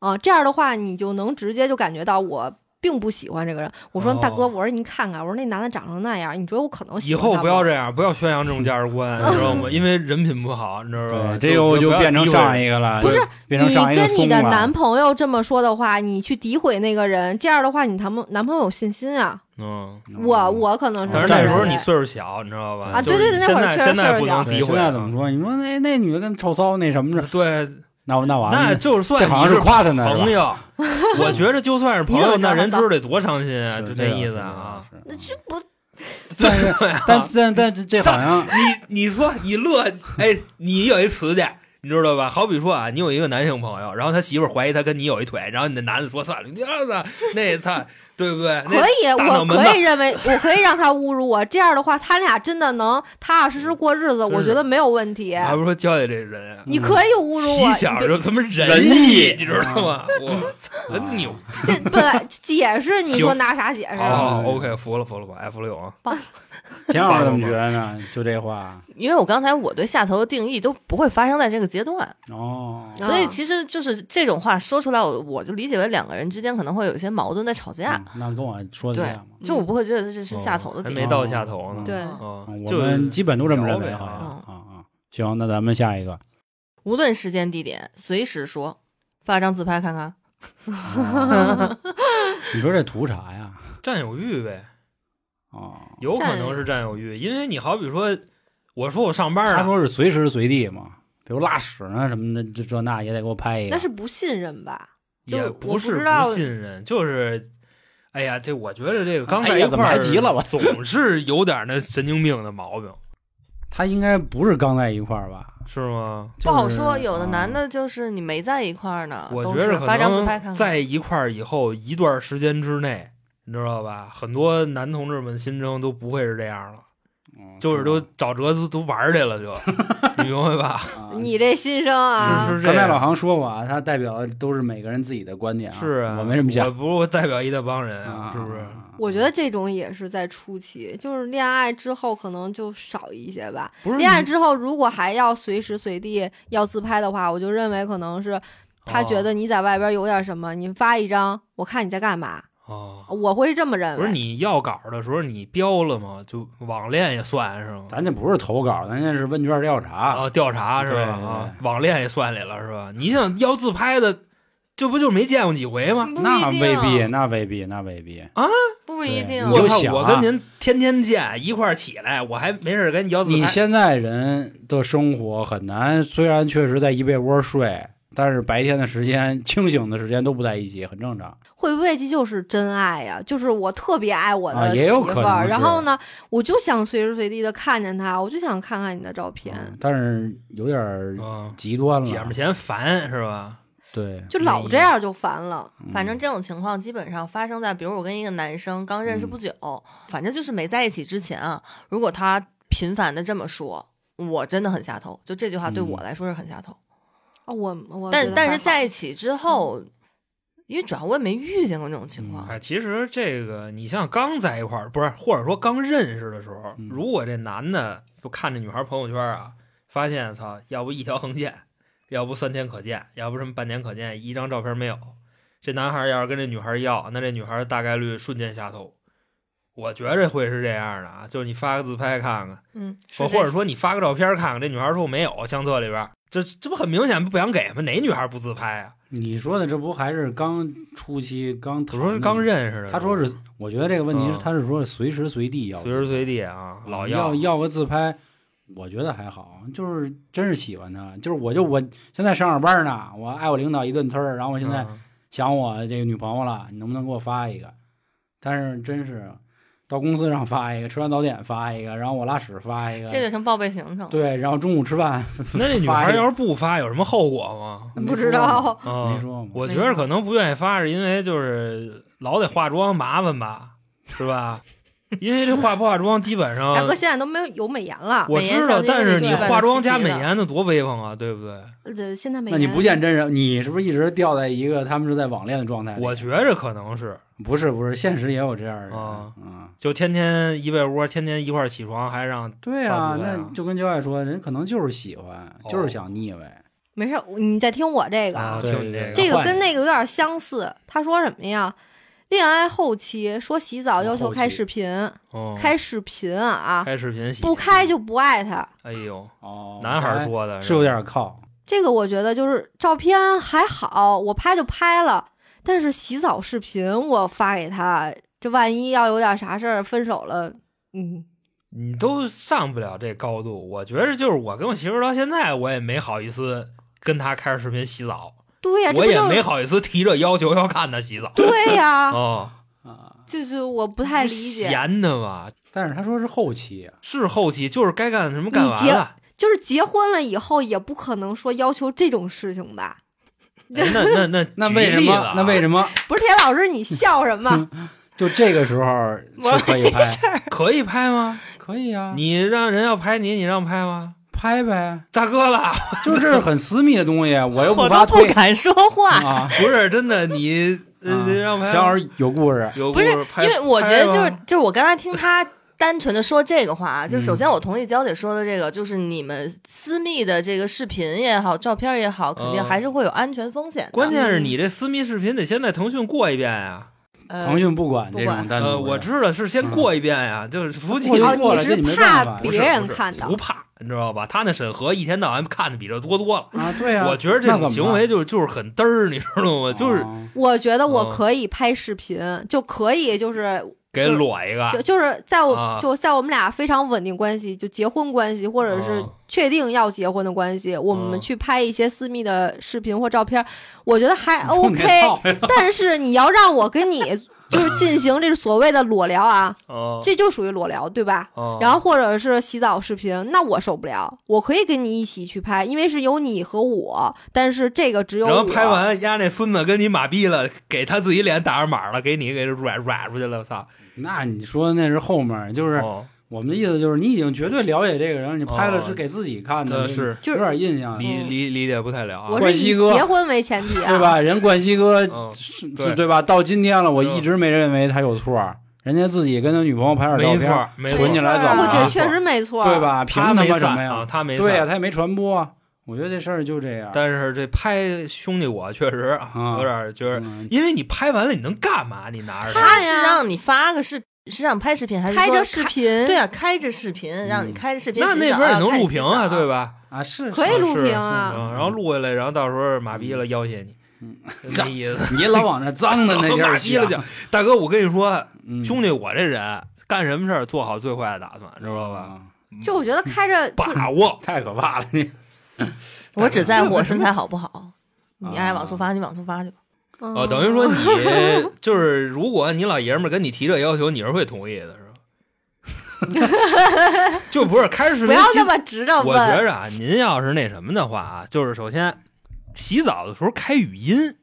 啊，这样的话你就能直接就感觉到我并不喜欢这个人。我说、
哦
大哥，我说你看看，我说那男的长成那样，你觉得我可能喜
以
欢他
后不要
吗
这样，不要宣扬这种价值观，你知道 吗？因为人品不好，你知道吧？
对，这又
呃就
就变成上
一
一个了，
不是
就变成上一
你
个
跟你
松
的
了。
男朋友这么说的话，你去诋毁那个人，这样的话你谈不男朋友有信心啊？
嗯。
嗯
我我可能是
但
这
是
么认为，
那时候你岁数小，你知道吧？
啊
就是
对对对
现
那会儿
在
确实
现在不能
对
诋毁
现
啊，
在怎么说？你说那那女的跟臭骚那什么似的，
对，
那我那完
那
了，
就是算
这好像
你是
夸他呢，是吧
朋 友，我觉着就算是朋
你
友，
怎么知道
那
他
人知
骚
道得多伤心啊，
是
就
这
这
个
意
是
思
这
啊。
个是
那这不
但是， 但但但这这好像
你你说你乐，哎，你有一词去，你知道吧？好比说啊，你有一个男性朋友，然后他媳妇儿怀疑他跟你有一腿，然后你那男的说算了，你儿子那操，对不对？
可
那
以，
大脑
我
门
可以认为，我可以让他侮辱我，这样的话，他俩真的能踏踏实实过日子，
真
我
嗯是啊
觉得没有问题。
还不是说交给这人啊，
你可以侮辱
奇
我，
想
你
着他妈仁
仁
义
义，啊
你知道吗？我操，真牛！
这 本来解释，你
行哦
说拿啥解释？啊
好好
嗯
，OK，服了服了服了，F 六啊，
田老师怎么觉得呢？就这话
因为我刚才我对下头的定义都不会发生在这个阶段，
哦，
啊
所以其实就是这种话说出来，我我就理解为两个人之间可能会有一些矛盾在吵架
嗯，那跟我说的一样嘛。
就我不会觉得这是下头的
哦还
地
没
方。
到下头呢。
对，
啊
啊，我
就
们基本都这么认为，
聊呗
好像
啊
啊啊。行，那咱们下一个，
无论时间地点，随时说，发张自拍看看。
哦你说这图啥呀？
占有欲呗，
哦，
有可能是占有欲，因为你好比说，我说我上班啊
他
呢，
说是随时随地嘛，比如拉屎呢什么的，这这那也得给我拍一个。
那是不信任吧？就
也
我
不
不
是
知道
不信任，就是，哎呀，这我觉得这个刚
哎
在
呀
一
怎么
块儿、
还急了我
总是有点那神经病的毛病，
他应该不是刚在一块儿吧？
是吗？
就是
不好说，有的男。
啊
的就是你没在一块儿呢，
我
啊都
觉
是
着可
发张自拍看
能
看。
在一块儿以后一段时间之内，你知道吧？很多男同志们心中都不会是这样了，
嗯
就是都找辙都都玩儿去 了，就你明白吧？
啊
你这心声啊，
是是这
刚才老
样。
航说过啊，他代表的都是每个人自己的观点啊。
是啊，
我没这么想
我，不是代表一大帮人
啊
是不是？
我觉得这种也是在初期，就是恋爱之后可能就少一些吧。
不是
恋爱
你
之后如果还要随时随地要自拍的话，我就认为可能是他觉
哦
得你在外边有点什么，你发一张，我看你在干嘛，
哦，哦
我会这么认为。
不是你要稿的时候你标了吗？就网恋也算是吗？
咱这不是投稿，咱这是问卷调查。
啊，调查是吧？
对对
啊，网恋也算里了是吧？你想要自拍的，这不就没见过几回吗？
不
那
一定
未必，那未必，那未必。
不一
对
定。
你就
我看
想啊
我跟您天天见，一块儿起来，我还没事儿跟你要自
你
拍。
现在人的生活很难，虽然确实在一被窝睡，但是白天的时间、清醒的时间都不在一起，很正常。
会不会这就是真爱呀？就是我特别爱我
啊
的
也
媳
有
妇
可
儿，
能是
然后呢，我就想随时随地的看见她，我就想看看你的照片，
嗯但是有点儿
啊，
极端了，
姐们嫌烦是吧？
对，
就老这样就烦了。
嗯
反正这种情况基本上发生在，比如我跟一个男生刚认识
嗯
不久，反正就是没在一起之前啊。如果他频繁的这么说，我真的很下头。就这句话对我
嗯
来说是很下头，
啊，我我觉
但
得
但
还
是
好
在一起之后，因为主要我也没遇见过这种
嗯
情
啊
况。
哎，其实这个你像刚在一块儿，不是，或者说刚认识的时候，
嗯
如果这男的就看这女孩朋友圈啊，发现操，要不一条横线，要不三天可见，要不什么半年可见，一张照片没有。这男孩要是跟这女孩要，那这女孩大概率瞬间下头。我觉着会是这样的啊，就是你发个自拍看看，
嗯，
或或者说你发个照片看看，这女孩说我没有，相册里边儿，这这不很明显不想给吗？哪女孩不自拍啊？
你说的这不还是刚初期刚
我
谈
说是刚认识的，
嗯他说是，我觉得这个问题是
嗯
他是说随时随地要
随时随地啊，老
要
要
要个自拍，我觉得还好，就是真是喜欢他，就是我就我现在上着班呢，我挨我领导一顿呲儿，然后我现在
嗯
想我这个女朋友了，你能不能给我发一个？但是真是到公司上发一个，吃完早点发一个，然后我拉屎发一个，
这就成报备行程了。
对，然后中午吃 饭
那这女
发
孩
一个
要是不发，有什么后果吗？
不知道，
啊
没，说吗？
我觉得可能不愿意发，是因为就是老得化妆麻烦吧，是吧？ 因为这化不化妆，基本
嗯
上
大哥现在都没有有美颜了，
我
美颜
知道，
相机
但
是
是
一
你
个
化妆加
齐齐
美
的
颜的多威风啊，对不对？
哎
这现在美
那
颜
你不见真人，你是不是一直掉在一个他们是在网恋的状态里？
我觉着可能是，
不是不是，现实也有这样的人
啊
嗯
就天天一被窝，天天一块儿起床，还让
对
发
啊，
自拍啊
那就跟焦爱说，人可能就是喜欢，就是想腻歪。
没事，你再听我这个啊
啊，
对
听你
对
这
这
个
个跟那个有点相似。他说什么呀？恋爱后期说洗澡要求
哦后期
开视频，
哦
开视频啊，
开视频洗，
不开就不爱他。
哎呦，
哦，
男孩说的
是有点靠，
这个我觉得就是照片还好，我拍就拍了，但是洗澡视频我发给他，这万一要有点啥事儿分手了，嗯，
你都上不了这高度。我觉着就是我跟我媳妇儿到现在，我也没好意思跟她开着视频洗澡，
对哎呀、这
我
不
也
就
没
是
好意思提着要求要看她洗澡。
对呀、
哦，
啊。
就是我不太理解，
闲的嘛，
但是他说是后期啊，
是后期就是该干什么干完
你结
了。哎
就是结婚了以后也不可能说要求这种事情吧。
哎那那那
那为什么？那为
么
什么
不是铁老师，你笑什么？
就这个时候 是可以拍？
可以拍吗？
可以啊，
你让人要拍你，你让拍吗？
拍呗，
大哥啦，
就是这是很私密的东 西，啊我又
我
发
都不
推
敢说话，
啊。
不是真的， 你
啊
呃你让
田
拍
老
吗。
师有故事，
有
不是
功夫拍
因为我觉得就
拍
是
吗
就是我刚才听他单纯的说这个话啊，就是首
嗯
先我同意娇姐说的这个，就是你们私密的这个视频也好，照片也好，肯定
嗯
还是会有安全风险的。
关键是你这私密视频得先在腾讯过一遍呀。
呃
腾讯不管
不
这
管
种单独
呃，
的，
我知道是先过一遍呀，就是服务器
过就
嗯哦，
过
你
了这
是
你没办
怕
法
别
不是
人
不是
看到
不？怕，你知道吧？他那审核一天到晚看的比这多多了。
啊，对啊，
我觉得这
那
种
怎么
行为就是就是很嘚儿，你知道吗？
哦
办
就是
啊
我觉得我
嗯
可以拍视频，就可以就是
给裸一个，
就就是在我、
啊
就在我们俩非常稳定关系，就结婚关系，或者是
嗯
确定要结婚的关系，我们
嗯
去拍一些私密的视频或照片，我觉得还
碰
OK
见。到
但是你要让我跟 你就是进行这所谓的裸聊啊，
哦
这就属于裸聊，对吧？
哦
然后或者是洗澡视频，那我受不了。我可以跟你一起去拍，因为是有你和我，但是这个只有
然后
我
拍完，丫那孙子跟你马逼了，给他自己脸打上码了，给你给软软出去了，我操！
那你说那是后面儿，就是
哦，
我们的意思就是你已经绝对了解这个人，你拍了
哦
是给自己看的，
那是
就
有
是
点印象，
理理理解不太了啊
嗯我。
冠
是
希
以
哥
结婚为前提啊，
对？吧？人冠希哥
嗯，
是
对
是对吧？到今天了，我
对
一直没认为他有错儿，人家自己跟他女朋友拍点照
没
片儿，
错，没
存
错，
起来
没错
怎么
我觉得
啊
了？
确实没错，
对？吧？凭
他
他妈
没
什
散
么
啊，
呀？
他没
对呀，
散。
他也没传播啊。我觉得这事儿就这样。
但是这拍兄弟，我确实
啊
啊有点觉得，
嗯
因为你拍完了，你能干嘛？你拿着它
他
他是
呀
让你发个视，是让拍视频还是
开
说
着视
开？
频，
对啊，开着视频，让你
嗯
开着视频洗澡
那
啊。
那边也能录
看
屏啊，
洗澡
对？吧？
啊，是
可以录屏
是
啊。
嗯
嗯，然后录下来，然后到时候马逼了要挟你
嗯，
那意思。
你老往那脏的那地儿
马 逼了
想
就，大哥，我跟你说，
嗯
兄弟，我这人干什么事儿做好最坏的打算，知
嗯
道吧？
啊
就我觉
嗯
得开着就
把握，
太可怕了，你
我只在乎我身材好不好。你爱往出发，你往出发去吧。
嗯
哦，等于说 你就是，如果你老爷们儿跟你提这要求，你是会同意的， 是吧？就不是开始
不要
连洗
那么直着
我觉
问，
着啊，您要是那什么的话啊，就是首先洗澡的时候开语音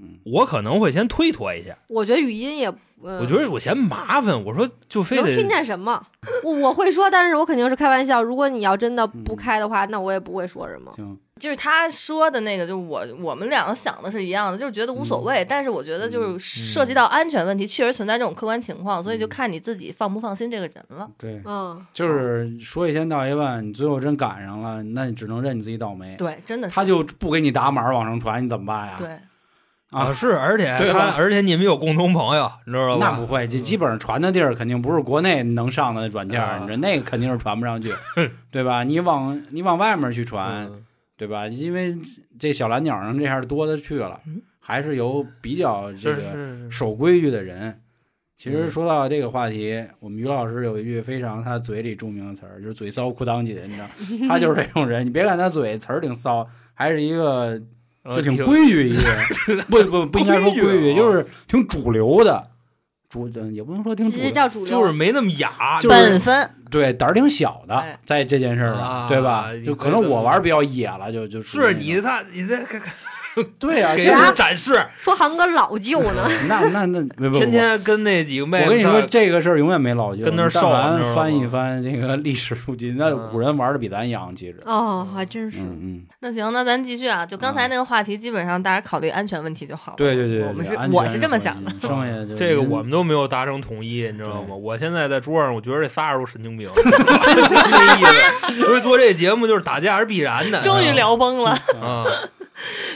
嗯，
我可能会先推脱一下，
我觉得语音也，我
我觉得我嫌麻烦，我说就非
嗯能
得
听见什么？我我会说，但是我肯定是开玩笑。如果你要真的
嗯
不开的话，那我也不会说什么。
行，
就是他说的那个，就是我我们两个想的是一样的，就是觉得无所谓。但是我觉得就是涉及到安全问题，确实存在这种客观情况，所以就看你自己放不放心这个人了。
对，
嗯，
就是说一千道一万，你最后真赶上了，那你只能认你自己倒霉。
对，真的呃是
他就不给你打码儿往上传，你怎么办呀？，
对，
啊
啊是，而且
对
他
吧
而且你们有共同朋友，你知道
那
吧？
不会，这基本上传的地儿肯定不是国内能上的软件儿，
嗯啊
你这那个肯定是传不上 去，对吧？你往你往外面去传，
嗯
对吧？因为这小蓝鸟上这样的多的去了，
嗯
还是有比较这
是
个
是是，
守规矩的人。其实
嗯
说到这个话题，我们于老师有一句非常他嘴里著名的词儿，就是“嘴骚裤裆紧”，你知道，他就是这种人。你别看他嘴词儿挺骚，还是一个
呃
就挺规矩一个， 不不不应该说规
规
矩，
矩啊
就是挺主流的，主呃也不能说挺主
这
流，
叫主流，
就是没那么雅，
就是
本分
对胆儿挺小的
哎，
在这件事儿上，
啊
对吧
你？
就
可
可
以
能
这么
我玩儿比较野了，就就属于
是
那
你
种
他你这个
对啊，
给
这
人
个
展示，
说韩哥老旧呢。
那那那不不不
天天跟那几个妹
我
子
跟你说，这个事儿永远没老旧。
跟那儿
但
瘦
凡
你知道吗嗯
翻一翻这个历史书籍，那古人玩的比咱洋气着。
哦，还真是。
嗯嗯，
那行，那咱继续啊。就刚才那个话题，基本上大家考虑安全问题就好了。
对对对，对
我们是
安全
我是这么想的。
的，剩下就
嗯这个我们都没有达成统一，你知道吗？
对
我现在在桌上，我觉得这仨人都 神经病，这意思。所以做这节目就是打架是必然的。
终于聊崩了。
啊！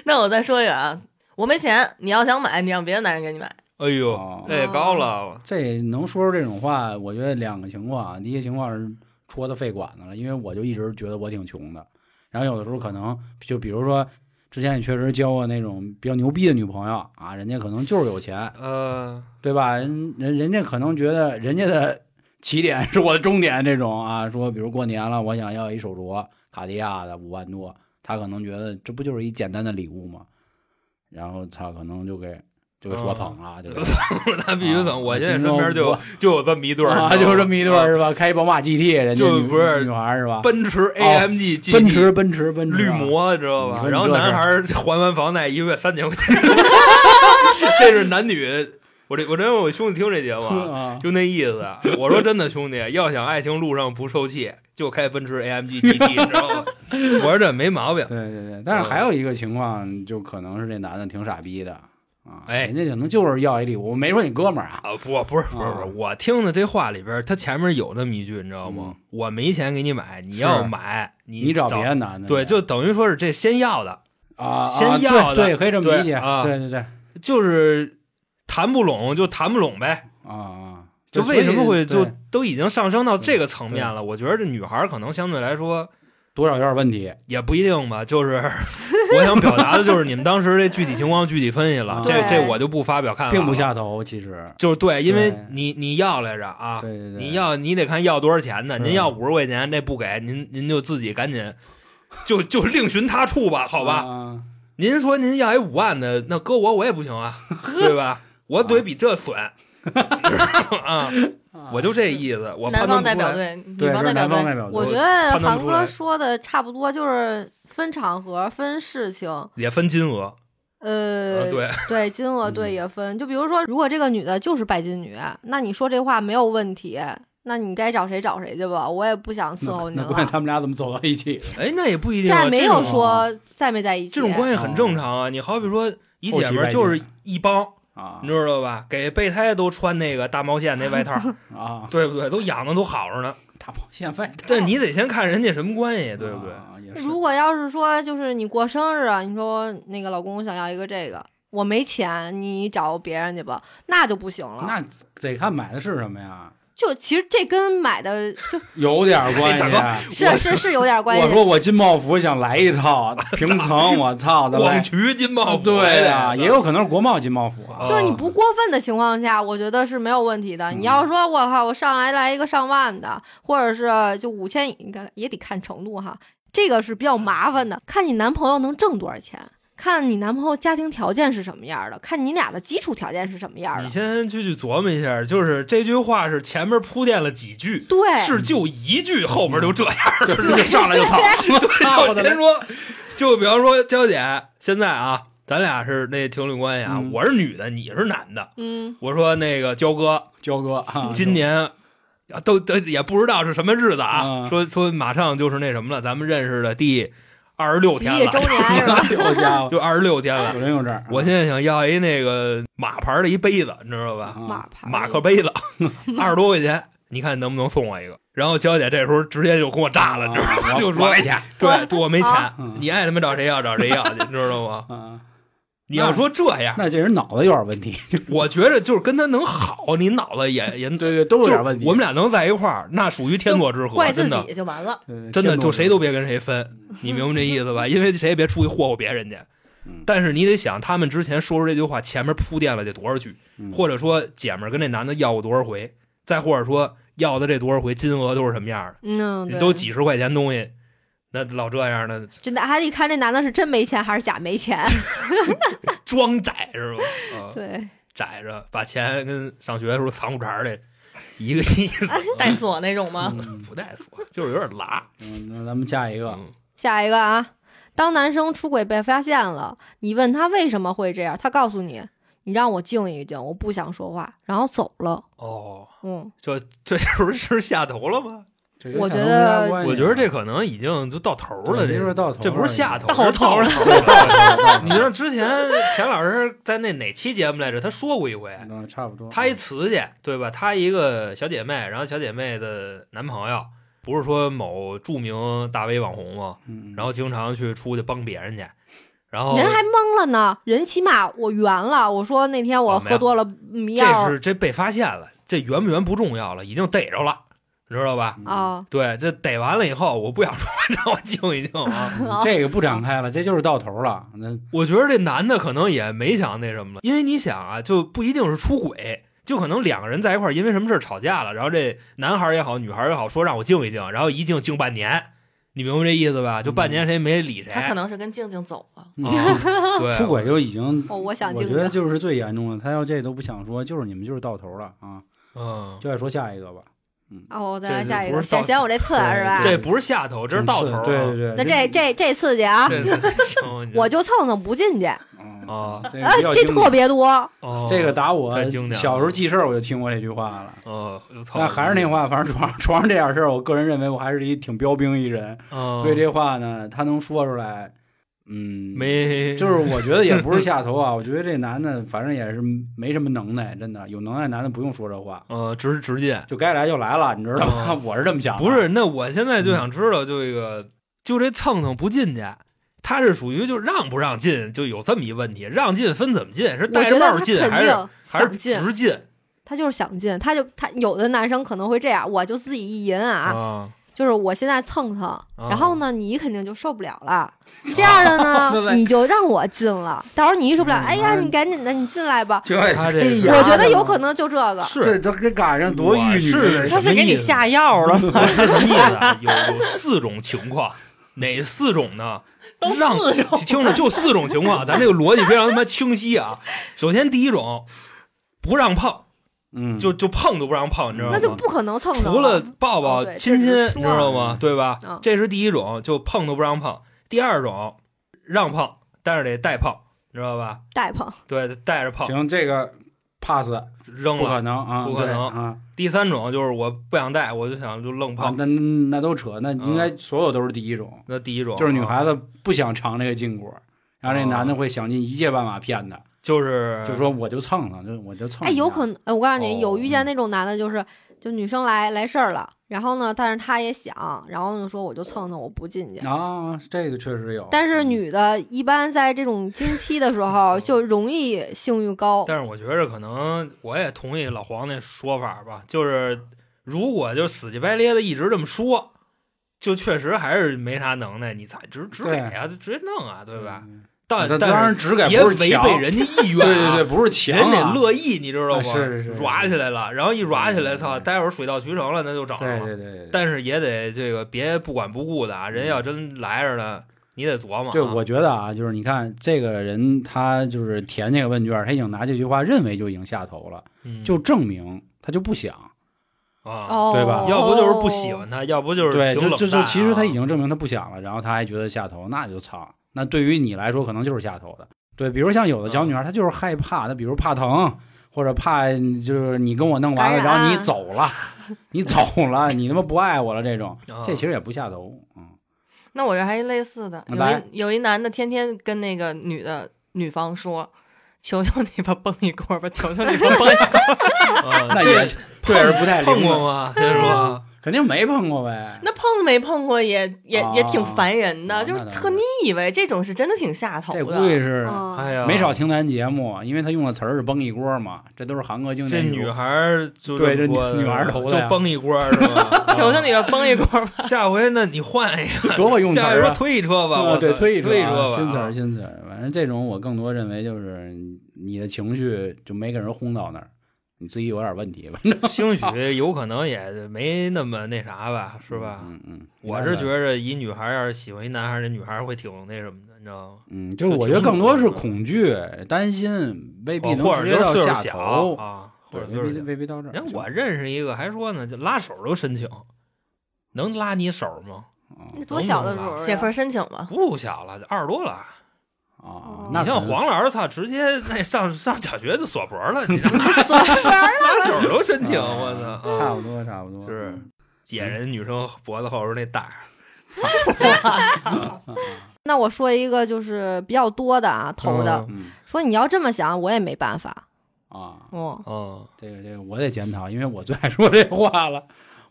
那我再说一个啊，我没钱，你要想买，你让别的男人给你买。
哎
哦
呦，这也高了，
这能说出这种话，我觉得两个情况啊。第一个情况是戳他肺管子了，因为我就一直觉得我挺穷的。然后有的时候可能就比如说，之前也确实交过那种比较牛逼的女朋友啊，人家可能就是有钱，
呃，
对吧？人人人家可能觉得人家的起点是我的终点，这种啊，说比如过年了，我想要一手镯，卡地亚的五万多，他可能觉得这不就是一简单的礼物吗？然后他可能就给就给说疼了，就给
那必须
啊
等。我现在
心
身
中
边就
我
就有这么一对儿
啊，，就这么一对儿
啊
是吧？开一宝马 GT，人家
就
女
不是
女孩儿是吧？
奔驰 AMG、GT
哦奔、驰奔驰奔驰
绿
啊，
魔，知道
你
吧？
说你
然后
这
男
是
孩儿还完房贷一个月三千块 钱，这是男女。我这我真我兄弟听这节目 啊，
啊，
就那意思。我说真的，兄弟，要想爱情路上不受气，就开奔驰 AMG GT，你知道吗？ 我说这没毛病。
对对对。但是还有一个情况，就可能是这男的挺傻逼的啊，
哎
人家可能就是要一礼物，我没说你哥们儿啊，
啊，不，不是，不是，不
啊
是，我听的这话里边，他前面有那么一句，你知道吗？我没钱给你买，你要买，你
你
找
找别的男的去，
对，就等于说是这先要的，
啊，
先
啊
要
对对，
的
可以这么理
对
解，
啊
对对对，啊
就是谈不拢就谈不拢呗。
啊，
就
对
为什么
所以
会就
对
都已经上升到这个层面了？我觉得这女孩可能相对来说，
多少有点问题，
也不一定吧，就是 我想表达的就是你们当时这具体情况具体分析
啊
了，这
对
这我就不发表看法，
并不，下头，其实，
就是对，因为
对
你你要来着啊，
对对对，
你要你得看要多少钱的，
是
您要五十块钱这不给您，您就自己赶紧就就另寻他处吧，好吧？
吧，
您说您要一五万的，那搁我我也不行 啊，对吧？我嘴比这损 啊，我就这意思，我
男
判断不
方代
出
表
来
队，女
对，
方
是
代表
南方
队
代。表
我
队，
觉得
判断
韩
不出来
哥说的差不多，就是分场合、分事情，
也分金额，
呃，
呃，对，
对金额对
嗯
也分。就比如说，如果这个女的就是拜金女，那你说这话没有问题，那你该找谁找谁去吧，我也啊不想伺候 您
那关键
了。
他们俩怎么走到一起的？
哎，那也不一
这
定啊，
也没
这种
有说在没在一起，
这种关系很正常啊。你好比说一姐们儿就是一帮，
啊
你知道吧？给备胎都穿那个大毛线那外套，
啊，
对不对？都养的都好着呢。
大保险费，
但是你得先看人家什么关系，对不对？
啊？也是，
如果要是说就是你过生日，啊，你说那个老公我想要一个这个，我没钱，你找别人去吧，那就不行了。
那得看买的是什么 呀，
就其实这跟买的就
有点关
哎大
系。
是是是有点关
我
系。
说我金茂福想来一 套平层，我操，再来
广渠金茂福
对
呀
啊，也有可能是国贸金茂福啊
啊
就是你不过分的情况下，我觉得是没有问题的。你要
嗯
说我靠，我上来来一个上万的，或者是就五
嗯
千，应该也得看程度哈。这个是比较麻烦的，看你男朋友能挣多少钱。看你男朋友家庭条件是什么样的，看你俩的基础条件是什么样
你
的。
先去去琢磨一下，就是这句话是前面铺垫了几句，
对，
是就一句，后面就这样
就
了，
就上来 就操，
对，就先说，就比方说娇姐，现在啊，咱俩是那情侣关系啊，
嗯
我是女的，你是男的，
嗯，
我说那个焦哥，
焦哥啊，
今 年。啊都都也不知道是什么日子啊，
啊
说说马上就是那什么了，咱们认识的第二十六
几
天
亿
了
周，年是吧？
好家伙，
就二十六天了
有。人有证儿，啊
我现在想要一那个马牌的一杯子，你知道吧？
啊
马牌，
嗯马克杯 子，二十多块钱，你看能不能送我一个？然后娇姐这时候直接就给我炸了，你知道吗？
啊
就
我
说
我没钱，嗯
对，我没钱
啊，
你爱他妈找谁要找谁要去，你知道 吗？
啊，
你要说这样，
那这人脑子有点问题，
我觉着就是跟他能好，你脑子也也
对对，都有
就是
点问题。
我们俩能在一块儿，那属于天作之合，
怪自
真的
己就完了。
俩
真的就谁都别跟谁分，你明白这意思吧？因为谁也别出去霍霍别人去
嗯。
但是你得想，他们之前说出这句话，前面铺垫了得多少句，
嗯
或者说姐们儿跟这男的要过多少回，再或者说要的这多少回金额都是什么样的，
嗯，对
都几十块钱东西，那老这样的
这男还得看这男的是真没钱还是假没钱。
装窄是吧？啊，
对，
窄着把钱跟上学的时候藏裤衩里一个 意思，
带锁那种吗？
嗯
不带锁，就是有点拉。
嗯，那咱们下一个，
嗯
下一个啊，当男生出轨被发现了，你问他为什么会这样，他告诉你，你让我静一静，我不想说话，然后走了。
哦，
嗯，
这这时候是下头了吗？
这跟
我觉
小龙虾
得
关系
我觉得这
啊
可能已经就到头了，
对
这
这就是到头
这不是下头，
了
是
到 头了
头了。你知
这
道之前田老师在那哪期节目来着？他说过一回，
嗯差不多，
他一瓷去，对吧？他一个小姐妹，然后小姐妹的男朋友不是说某著名大 V 网红吗？
嗯，嗯
然后经常去出去帮别人去，然后
嗯人还懵了呢，人起码我圆了。我说那天我
哦没有
喝多了迷药
这是这被发现了，这圆不圆不重要了，已经逮着了，你知道
嗯
吧？
啊，
对，这逮完了以后，我不想说， 让我静一静啊。
嗯这个不展开了，这就是到头了。那
我觉得这男的可能也没想那什么了，因为你想啊，就不一定是出轨，就可能两个人在一块儿因为什么事儿吵架了，然后这男孩儿也好，女孩儿也好，说让我静一静，然后一静静半年，你明白这意思吧？就半年谁也没理谁，
嗯他可能是跟静静走了，
啊对
嗯出轨就已经，
哦，我想
我
静
觉得
静。
就是最严重的。他要这都不想说，就是你们就是到头了啊！
嗯，
就爱说下一个吧，
哦，再
这
来下
是
一
不
个，
是到
嫌嫌我这次
对
是
哎
吧？
这不是下头，这是到头、啊。
嗯对对对，
那这这这刺激啊，
这这行，
我就蹭蹭不进去，
啊
啊，这个比较
呃这
经典
特别多。
哦
这个打我
太经典了
小时候记事儿我就听过这句话了。
哦，我操
但还是那，话，反正床上床上这点事儿，我个人认为我还是一挺标兵一人，
嗯、
所以这话呢，他能说出来，嗯，，
没
就是我觉得也不是下头啊，我觉得这男的反正也是没什么能耐，真的有能耐男的不用说这话，
呃直直接
就该来就来了，你知道吗？
嗯
我是这么想的，
不是，那我现在就想知道，这个就这蹭蹭不进去，他是属于就让不让进，就有这么一问题，让进分怎么进，是
我
戴着
觉
帽
得他
儿进还
肯
是
定
还是
想进，
直进
他就是想进，他就他有的男生可能会这样，我就自己意淫啊，
啊？
就是我现在蹭蹭，
啊
然后呢，你肯定就受不了 了。这样的呢，你就让我进了，到时候你一受不了，
嗯
哎呀，
嗯
你赶紧的，你进来吧。
就
他这是
我觉得有可能就这个，
这
是
都给赶上多
我
玉女
是
的
什么
他是给
意
你
思
下药了吗？
我是这意思啊，有有四种情况，哪四种呢？
都
让
四种
听着就四种情 况，咱这个逻辑非常他妈清晰啊。首先第一种，不让碰，
嗯，
就就碰都不让碰，你知道吗？
那就不可能蹭蹭
除了抱抱
哦、对
亲亲，
这只是
你
说
知道吗？对吧
嗯？
这是第一种，就碰都不让碰；第二种，让碰，但是得带碰，你知道吧？
带碰，
对，带着碰，
行，这个 pass
扔
不可
了。
能啊，
不可
对
能
啊，
第三种就是我不想带，我就想就愣
啊
碰。
那那都扯，那应该所有都是第一种。
那第一种
就是女
啊
孩子不想尝这个禁果，然后这
哦
男的会想尽一切办法骗她，
就是
就说我就蹭了，就我就蹭。
哎，有可，能，哎，我告诉
哦
你，有遇见那种男的，就是就女生来来事儿了，然后呢，但是他也想，然后呢说我就蹭蹭，我不进
哦
去。
啊，这个确实有。
但
嗯
是女的一般在这种经期 的时候就容易性欲高，
哦但是我觉着可能我也同意老黄那说法吧，就是如果就死乞白咧的一直这么说，就确实还是没啥能耐，你咋直直给啊，就直接弄啊，对吧？
嗯？
但
那当
但
然
是
只给
别
不是
违
强
背人家意愿、
对
啊，
对对，不是强啊，
人得乐意，你知道
啊
吗？
是是是
耍起来了，然后一耍起来，操，
对对对
待会儿水到渠成了，那就整上
对。
了。
对对对对，
但是也得这个别不管不顾的啊，人要真来着呢，你得琢磨啊。
嗯对，我觉得啊，就是你看这个人，他就是填这个问卷，他已经拿这句话认为就已经下头了，
嗯
就证明他就不想。
啊，
哦，
对吧
要不就是不喜欢他，要不就是
对，
挺
就
冷
就
淡
就
啊
其实他已经证明他不想了，然后他还觉得下头，那就操。那对于你来说，可能就是下头的。对，比如像有的小女
嗯
孩，她就是害怕，她比如怕疼，或者怕就是你跟我弄完了，
感染
然后你走了，你走了，你他妈不爱我了这种，
啊
这其实也不下头，嗯，
那我这还一类似的，有
来
一有一男的天天跟那个女的女方说：“ 求求你吧，蹦一锅吧， 求求你吧， 蹦一锅。
啊
那
这
也这也是不太
碰
灵
过
的，
吗？这是吧？
肯定没碰过呗”。
那碰没碰过也也也挺烦人
啊
的，就是
那当然
特腻歪。这种是真的挺下头
这估计
的。？
是
嗯
哎呀，
没少听咱节目，因为他用的词儿是“崩一锅”嘛，这都是韩国经
这
典语
女
录。
孩儿就
对
这
这
么说的
女女孩儿头的
就
呀
崩一锅儿是吧
求求你吧，蹦一锅 吧。
啊！下回那你换一个，
多会用词
下回
儿
说
啊！
推一车吧，
啊
我操
对，推一
推一
啊
车吧，
新词儿新词儿。反正这种我更多认为就是你的情绪就没给人轰到那儿，你自己有点问题吧？
兴许有可能也没那么那啥吧，是吧？
嗯嗯，
我是觉着一女孩要是喜欢一男孩，这女孩会挺那什么的，你知道吗？
嗯，就是我觉得更多是恐惧、担心，未必能
哦或者
直接
就是
到
岁数
下
小
头，
啊，或
对未必
者岁数小。
未必到这儿。
人家我认识一个还说呢，就拉手都申请，能拉你手吗？
啊
那多小的时候呀
写份申请吧。
不小了，二十多了。
啊
哦，
那
你像
可能
黄老师，操，直接那上上小学就锁脖了，你知道吗
算了，
拉手都申请，
啊
我操！
差
啊
不多差不多
是解人女生脖子后边那带儿，
那我说一个就是比较多的啊，投的，
嗯
说你要这么想，我也没办法。
啊。
嗯，
嗯
这个这个我得检讨，因为我最爱说这话了。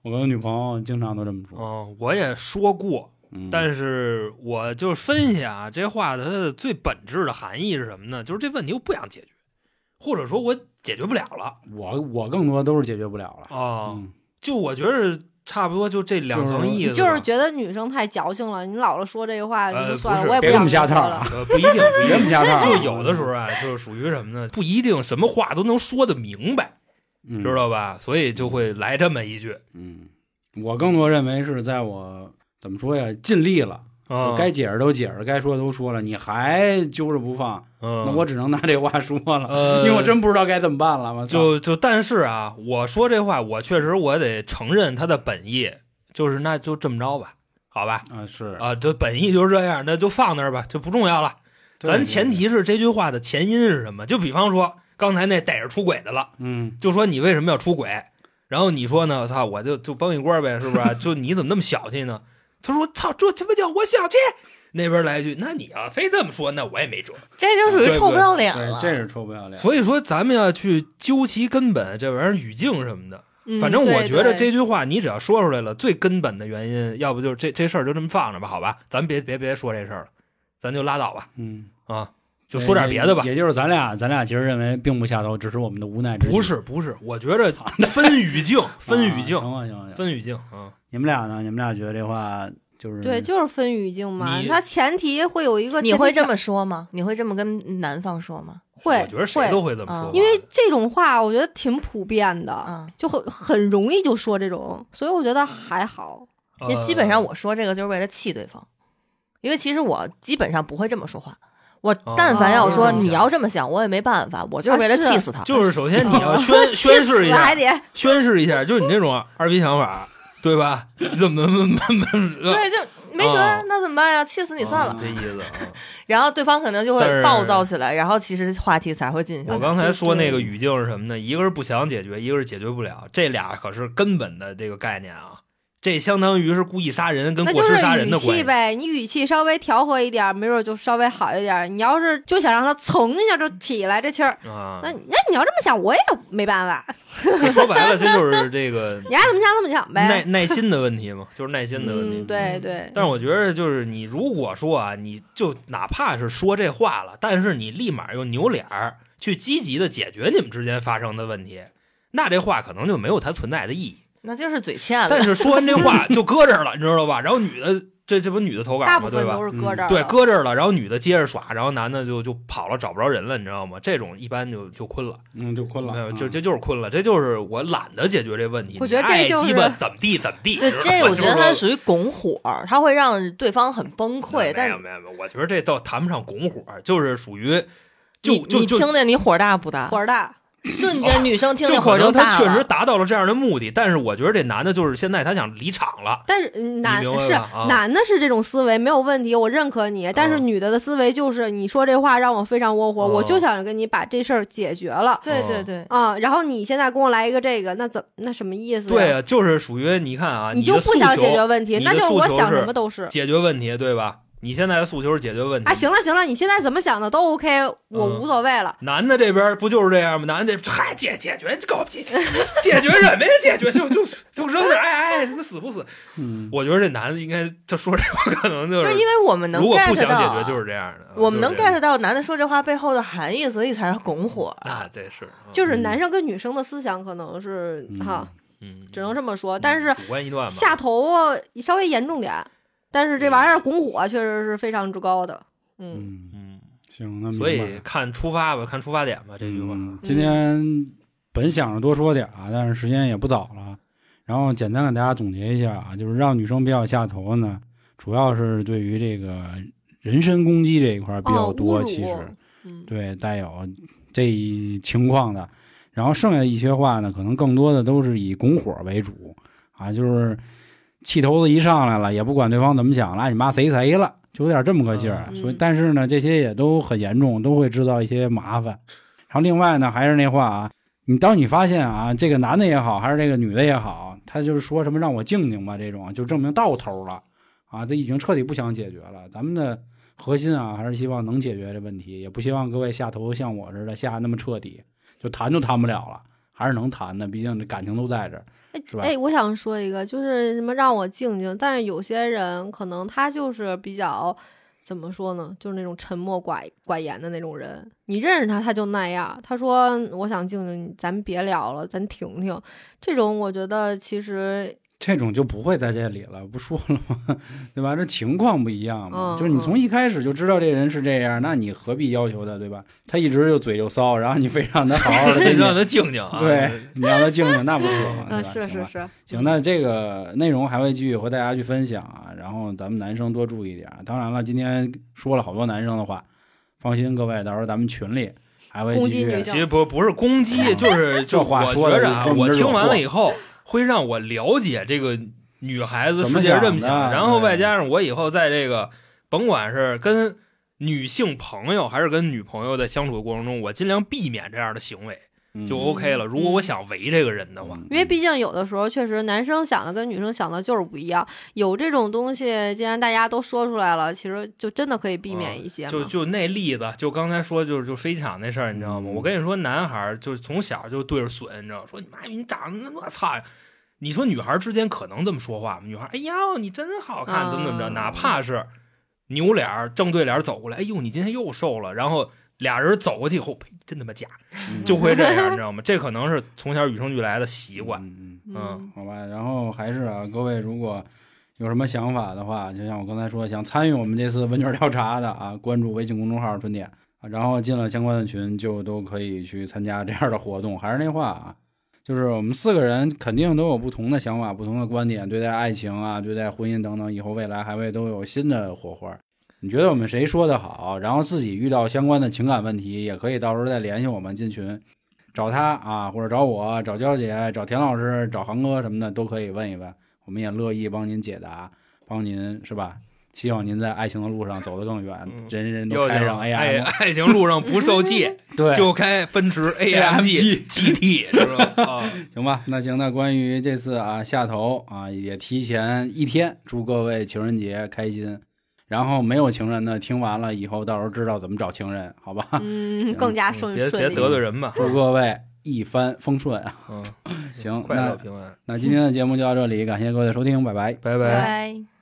我跟我女朋友经常都这么说，
嗯，我也说过，
嗯，
但是我就是分析啊，这话的它的最本质的含义是什么呢？就是这问题我不想解决，或者说我解决不了了
我我更多都是解决不了了。
啊。
嗯，
就我觉得差不多就这两层意思吧，
就是觉得女生太矫情了，你老是说这个话，
呃
你就算
不
了，
是
我也
别给我
想
们下
说
套
了。
啊！
呃不一定，
别
不一
给我们
定。
下套啊！
就有的时候啊，就是属于什么呢？不一定什么话都能说的明白，
嗯
知道吧？所以就会来这么一句
嗯，我更多认为是在我怎么说呀，尽力了，
啊，
我该解释都解释，该说都说了，你还揪着不放，那
那
我只能拿这话说了，
嗯呃，
因为我真不知道该怎么办了。我操
就就但是啊，我说这话，我确实我得承认他的本意，就是那就这么着吧，好吧，
啊是，
啊，这本意就是这样，那就放那儿吧，就不重要了。
对
咱前提是这句话的前因是什么？就比方说刚才那逮着出轨的了，
嗯
就说你为什么要出轨？然后你说呢？我操，我就就崩一锅呗，是不是？ 就你怎么那么小气呢？他说：“操，这他妈叫我小气。”那边来一句：“那你要、非这么说，那我也没辙。”
这就属于
对
臭不
对
要脸
对，
了。
这是臭不要脸。
所以说，咱们要去究其根本，这玩意儿语境什么的。
嗯
反正我
对
觉得
对
这句话你只要说出来了，最根本的原因，要不就是这这事儿就这么放着吧，好吧，咱别别别说这事儿了，咱就拉倒吧，
嗯，
啊，就说点别的吧。
也也就是咱俩，咱俩其实认为并不下头，只是我们的无奈之举。
不是不是，我觉着分 语境，分语
啊行
境，
吧行吧行吧。
分语境啊。
你们俩呢？你们俩觉得这话就是
对，就是分语境嘛
你。
它前提会有一个，
你会这么说吗？你会这么跟男方说吗？
会
我觉得谁
会
都会这么说
啊
吧，
因为这种话，我觉得挺普遍的，
啊，
就很很容易就说这种，所以我觉得还好。
呃
也基本上
我
我说这个就是为了气对方，因为其实我基本上不会这么说话。我
哦
但凡要说
哦
你要这么想，我也没办法，我就是为了
啊是
气死他。
就是首先你要 宣宣示一
气死了嗯还
下，
得
宣示一下，就是你这种二逼想法，对吧？你怎么怎么怎么怎
呃
么？
对，就没辙呀
哦，
那怎么办呀？气死你算
啊
了。
这意思 啊。
然后对方可能就
但是嗯
会暴躁起来，然后其实话题才会进行。
我刚才
嗯
说那个
就
语境是什么呢？一个是不想解决，一个是解决不了，这俩可是根本的这个概念啊。这相当于是故意杀人跟
那
过
就
失
是
杀人
语
的关
气
系。
呗，你语气稍微调和一点，没准就稍微好一点。你要是就想让他噌一下就起来这气儿，
啊
那，那你要这么想，我也没办法。
就说白了，这就是这个
你爱怎么想怎么想
耐
呗。
耐心的问题嘛， 就是耐心的问题。
嗯，对对，
但是我觉得，就是你如果说啊，你就哪怕是说这话了，但是你立马又扭脸儿去积极的解决你们之间发生的问题，那这话可能就没有它存在的意义。
那就是嘴欠了
啊
但。是说完这话就搁这儿了，你知道吧？然后女的这这不女的投稿
大
吗？
部
对
分
吧嗯
都？是啊搁这儿了。
对，搁这儿了，然后女的接着耍，然后男的就就跑了，找不着人了，你知道吗？这种一般就就困了，
嗯，就困
没有
了，
就这就是困了，这就是我懒得解决这问题。
我觉得
你
这
爱
就是
鸡巴怎么地怎么地。
对，
知道
这
吗
我觉得
就是
它
说
属于拱火，它会让对方很崩溃。
没
但
有
是
没有没有，我觉得这倒谈不上拱火，就是属于就
你
就
你
就
听见你火大不大？
火儿大，
瞬间女生听
就
见
可
火
能他
大
确实
了。
达到了这样的目的，但是我觉得这男的就是现在他想离场了，
但是嗯男
明白
是、
吧啊
男的是这种思维没有问题，我认可你。但是女的的思维就是你说这话让我非常窝火，
嗯
我就想跟你把这事儿解决了
对对
嗯
对，
啊、然后你现在跟我来一个这个，那怎那什么意思呀？
对啊，就是属于你看啊，
你
的
就不
诉
想
求
解决问题，
你
那
的
就是
诉
我
求
想
是嗯
什么都是。
解决问题，对吧？你现在的诉求是解决问题
啊，行了行了，你现在怎么想的都 OK，我
嗯
无所谓了。
男的这边不就是这样吗？男的这嗨解解决搞解解决什么呀？解决就就就扔点哎哎什么死不死？
嗯，
我觉得这男的应该就说这话，可能就
不
是
是因为我们能
如果
get 到，啊
不想解决啊就是这样的，
我们能 get
到
到男的说这话背后的含义，所以才拱火
啊，这是嗯
就是男生跟女生的思想可能是
嗯
哈，
嗯，
只能这么说。但是
主观一段吧，
下头啊稍微严重点，但是这玩意儿拱火确实是非常之高的。嗯，
嗯，
嗯，
行，那明白
所以看出发吧，看出发点吧，这句话。
嗯今天本想着多说点啊，但是时间也不早了，然后简单给大家总结一下啊，就是让女生比较下头呢，主要是对于这个人身攻击这一块比较
哦
多，
侮辱
其实
嗯
对带有这一情况的，然后剩下的一些话呢，可能更多的都是以拱火为主啊，就是气头子一上来了，也不管对方怎么想了，你妈谁谁了，就有点这么个劲儿。啊
嗯
所以，但是呢，这些也都很严重，都会制造一些麻烦。然后，另外呢，还是那话啊，你当你发现啊，这个男的也好，还是这个女的也好，他就是说什么让我静静吧，这种就证明到头了啊，这已经彻底不想解决了。咱们的核心啊，还是希望能解决这问题，也不希望各位下头像我似的下那么彻底，就谈都谈不了了，还是能谈的，毕竟这感情都在这儿。
哎
是吧
哎，我想说一个，就是什么让我静静，但是有些人可能他就是比较。怎么说呢？就是那种沉默寡寡言的那种人，你认识他他就那样。他说：“我想静静，咱别聊了，咱停停。”这种我觉得其实
这种就不会在这里了，不说了吗？ 对吧？这情况不一样嘛，
嗯
就是你从一开始就知道这人是这样，那你何必要求他，对吧？他一直就嘴就骚，然后你非让他好好 的
让他静静啊，
对，你让他静静，那不是吗？啊对
嗯，
吧
是
行
是
吧
是，
行，那这个内容还会继续和大家去分享啊，然后咱们男生多注意点啊。当然了，今天说了好多男生的话，放心各位，到时候咱们群里还会
攻
继
击
续
女
其
性
实不不是攻 击，就是就
嗯这话
我
说
觉
的
着啊，
跟我们
我
这
听
种
完
货
了以后，会让我了解这个女孩子
怎
世
么
界是这么
想的
想，然后
对
外加上我以后在这个甭管是跟女性朋友还是跟女朋友在相处的过程中，我尽量避免这样的行为
嗯
就 OK 了。如果我想围这个人的话，
嗯
因为毕竟有的时候确实男生想的跟女生想的就是不一样，有这种东西，既然大家都说出来了，其实就真的可以避免一些嘛。
哦就就那例子，就刚才说就是就是飞机场那事儿，你知道吗？
嗯
我跟你说，男孩儿就是从小就对着损，你知道吗，说你妈你长得那么操。你说女孩儿之间可能这么说话吗？女孩儿，哎呦，你真好看，
啊
怎么怎么着？哪怕是扭脸儿正对脸儿走过来，哎呦，你今天又瘦了。然后俩人走过去以后，呸，真他妈假，
嗯
就会这样，你知道吗？这可能是从小与生俱来的习惯。
嗯嗯
嗯
嗯，
好吧，然后还是啊，各位如果有什么想法的话，就像我刚才说，想参与我们这次问卷调查的啊，关注微信公众号“春点”，啊然后进了相关的群，就都可以去参加这样的活动。还是那话啊，就是我们四个人肯定都有不同的想法、不同的观点，对待爱情啊，对待婚姻等等，以后未来还会都有新的火花。你觉得我们谁说的好？然后自己遇到相关的情感问题，也可以到时候再联系我们进群，找他啊，或者找我、找娇姐、找田老师、找航哥什么的都可以问一问，我们也乐意帮您解答，帮您是吧？希望您在爱情的路上走得更远，
嗯
人人都
又哎
开
是
上 AI，、
爱爱情路上不受气，
对，
就开奔驰 AMG GT，知道吗？啊
行吧，那行，那关于这次啊下头啊，也提前一天祝各位情人节开心。然后没有情人的，听完了以后，到时候知道怎么找情人，好吧？
嗯，更加顺
别
顺
别
利。
得罪人嘛。
祝各位一帆风顺啊！
嗯，
行
快
那
乐平安，
那今天的节目就到这里，感谢各位的收听，拜拜。
拜
拜
拜。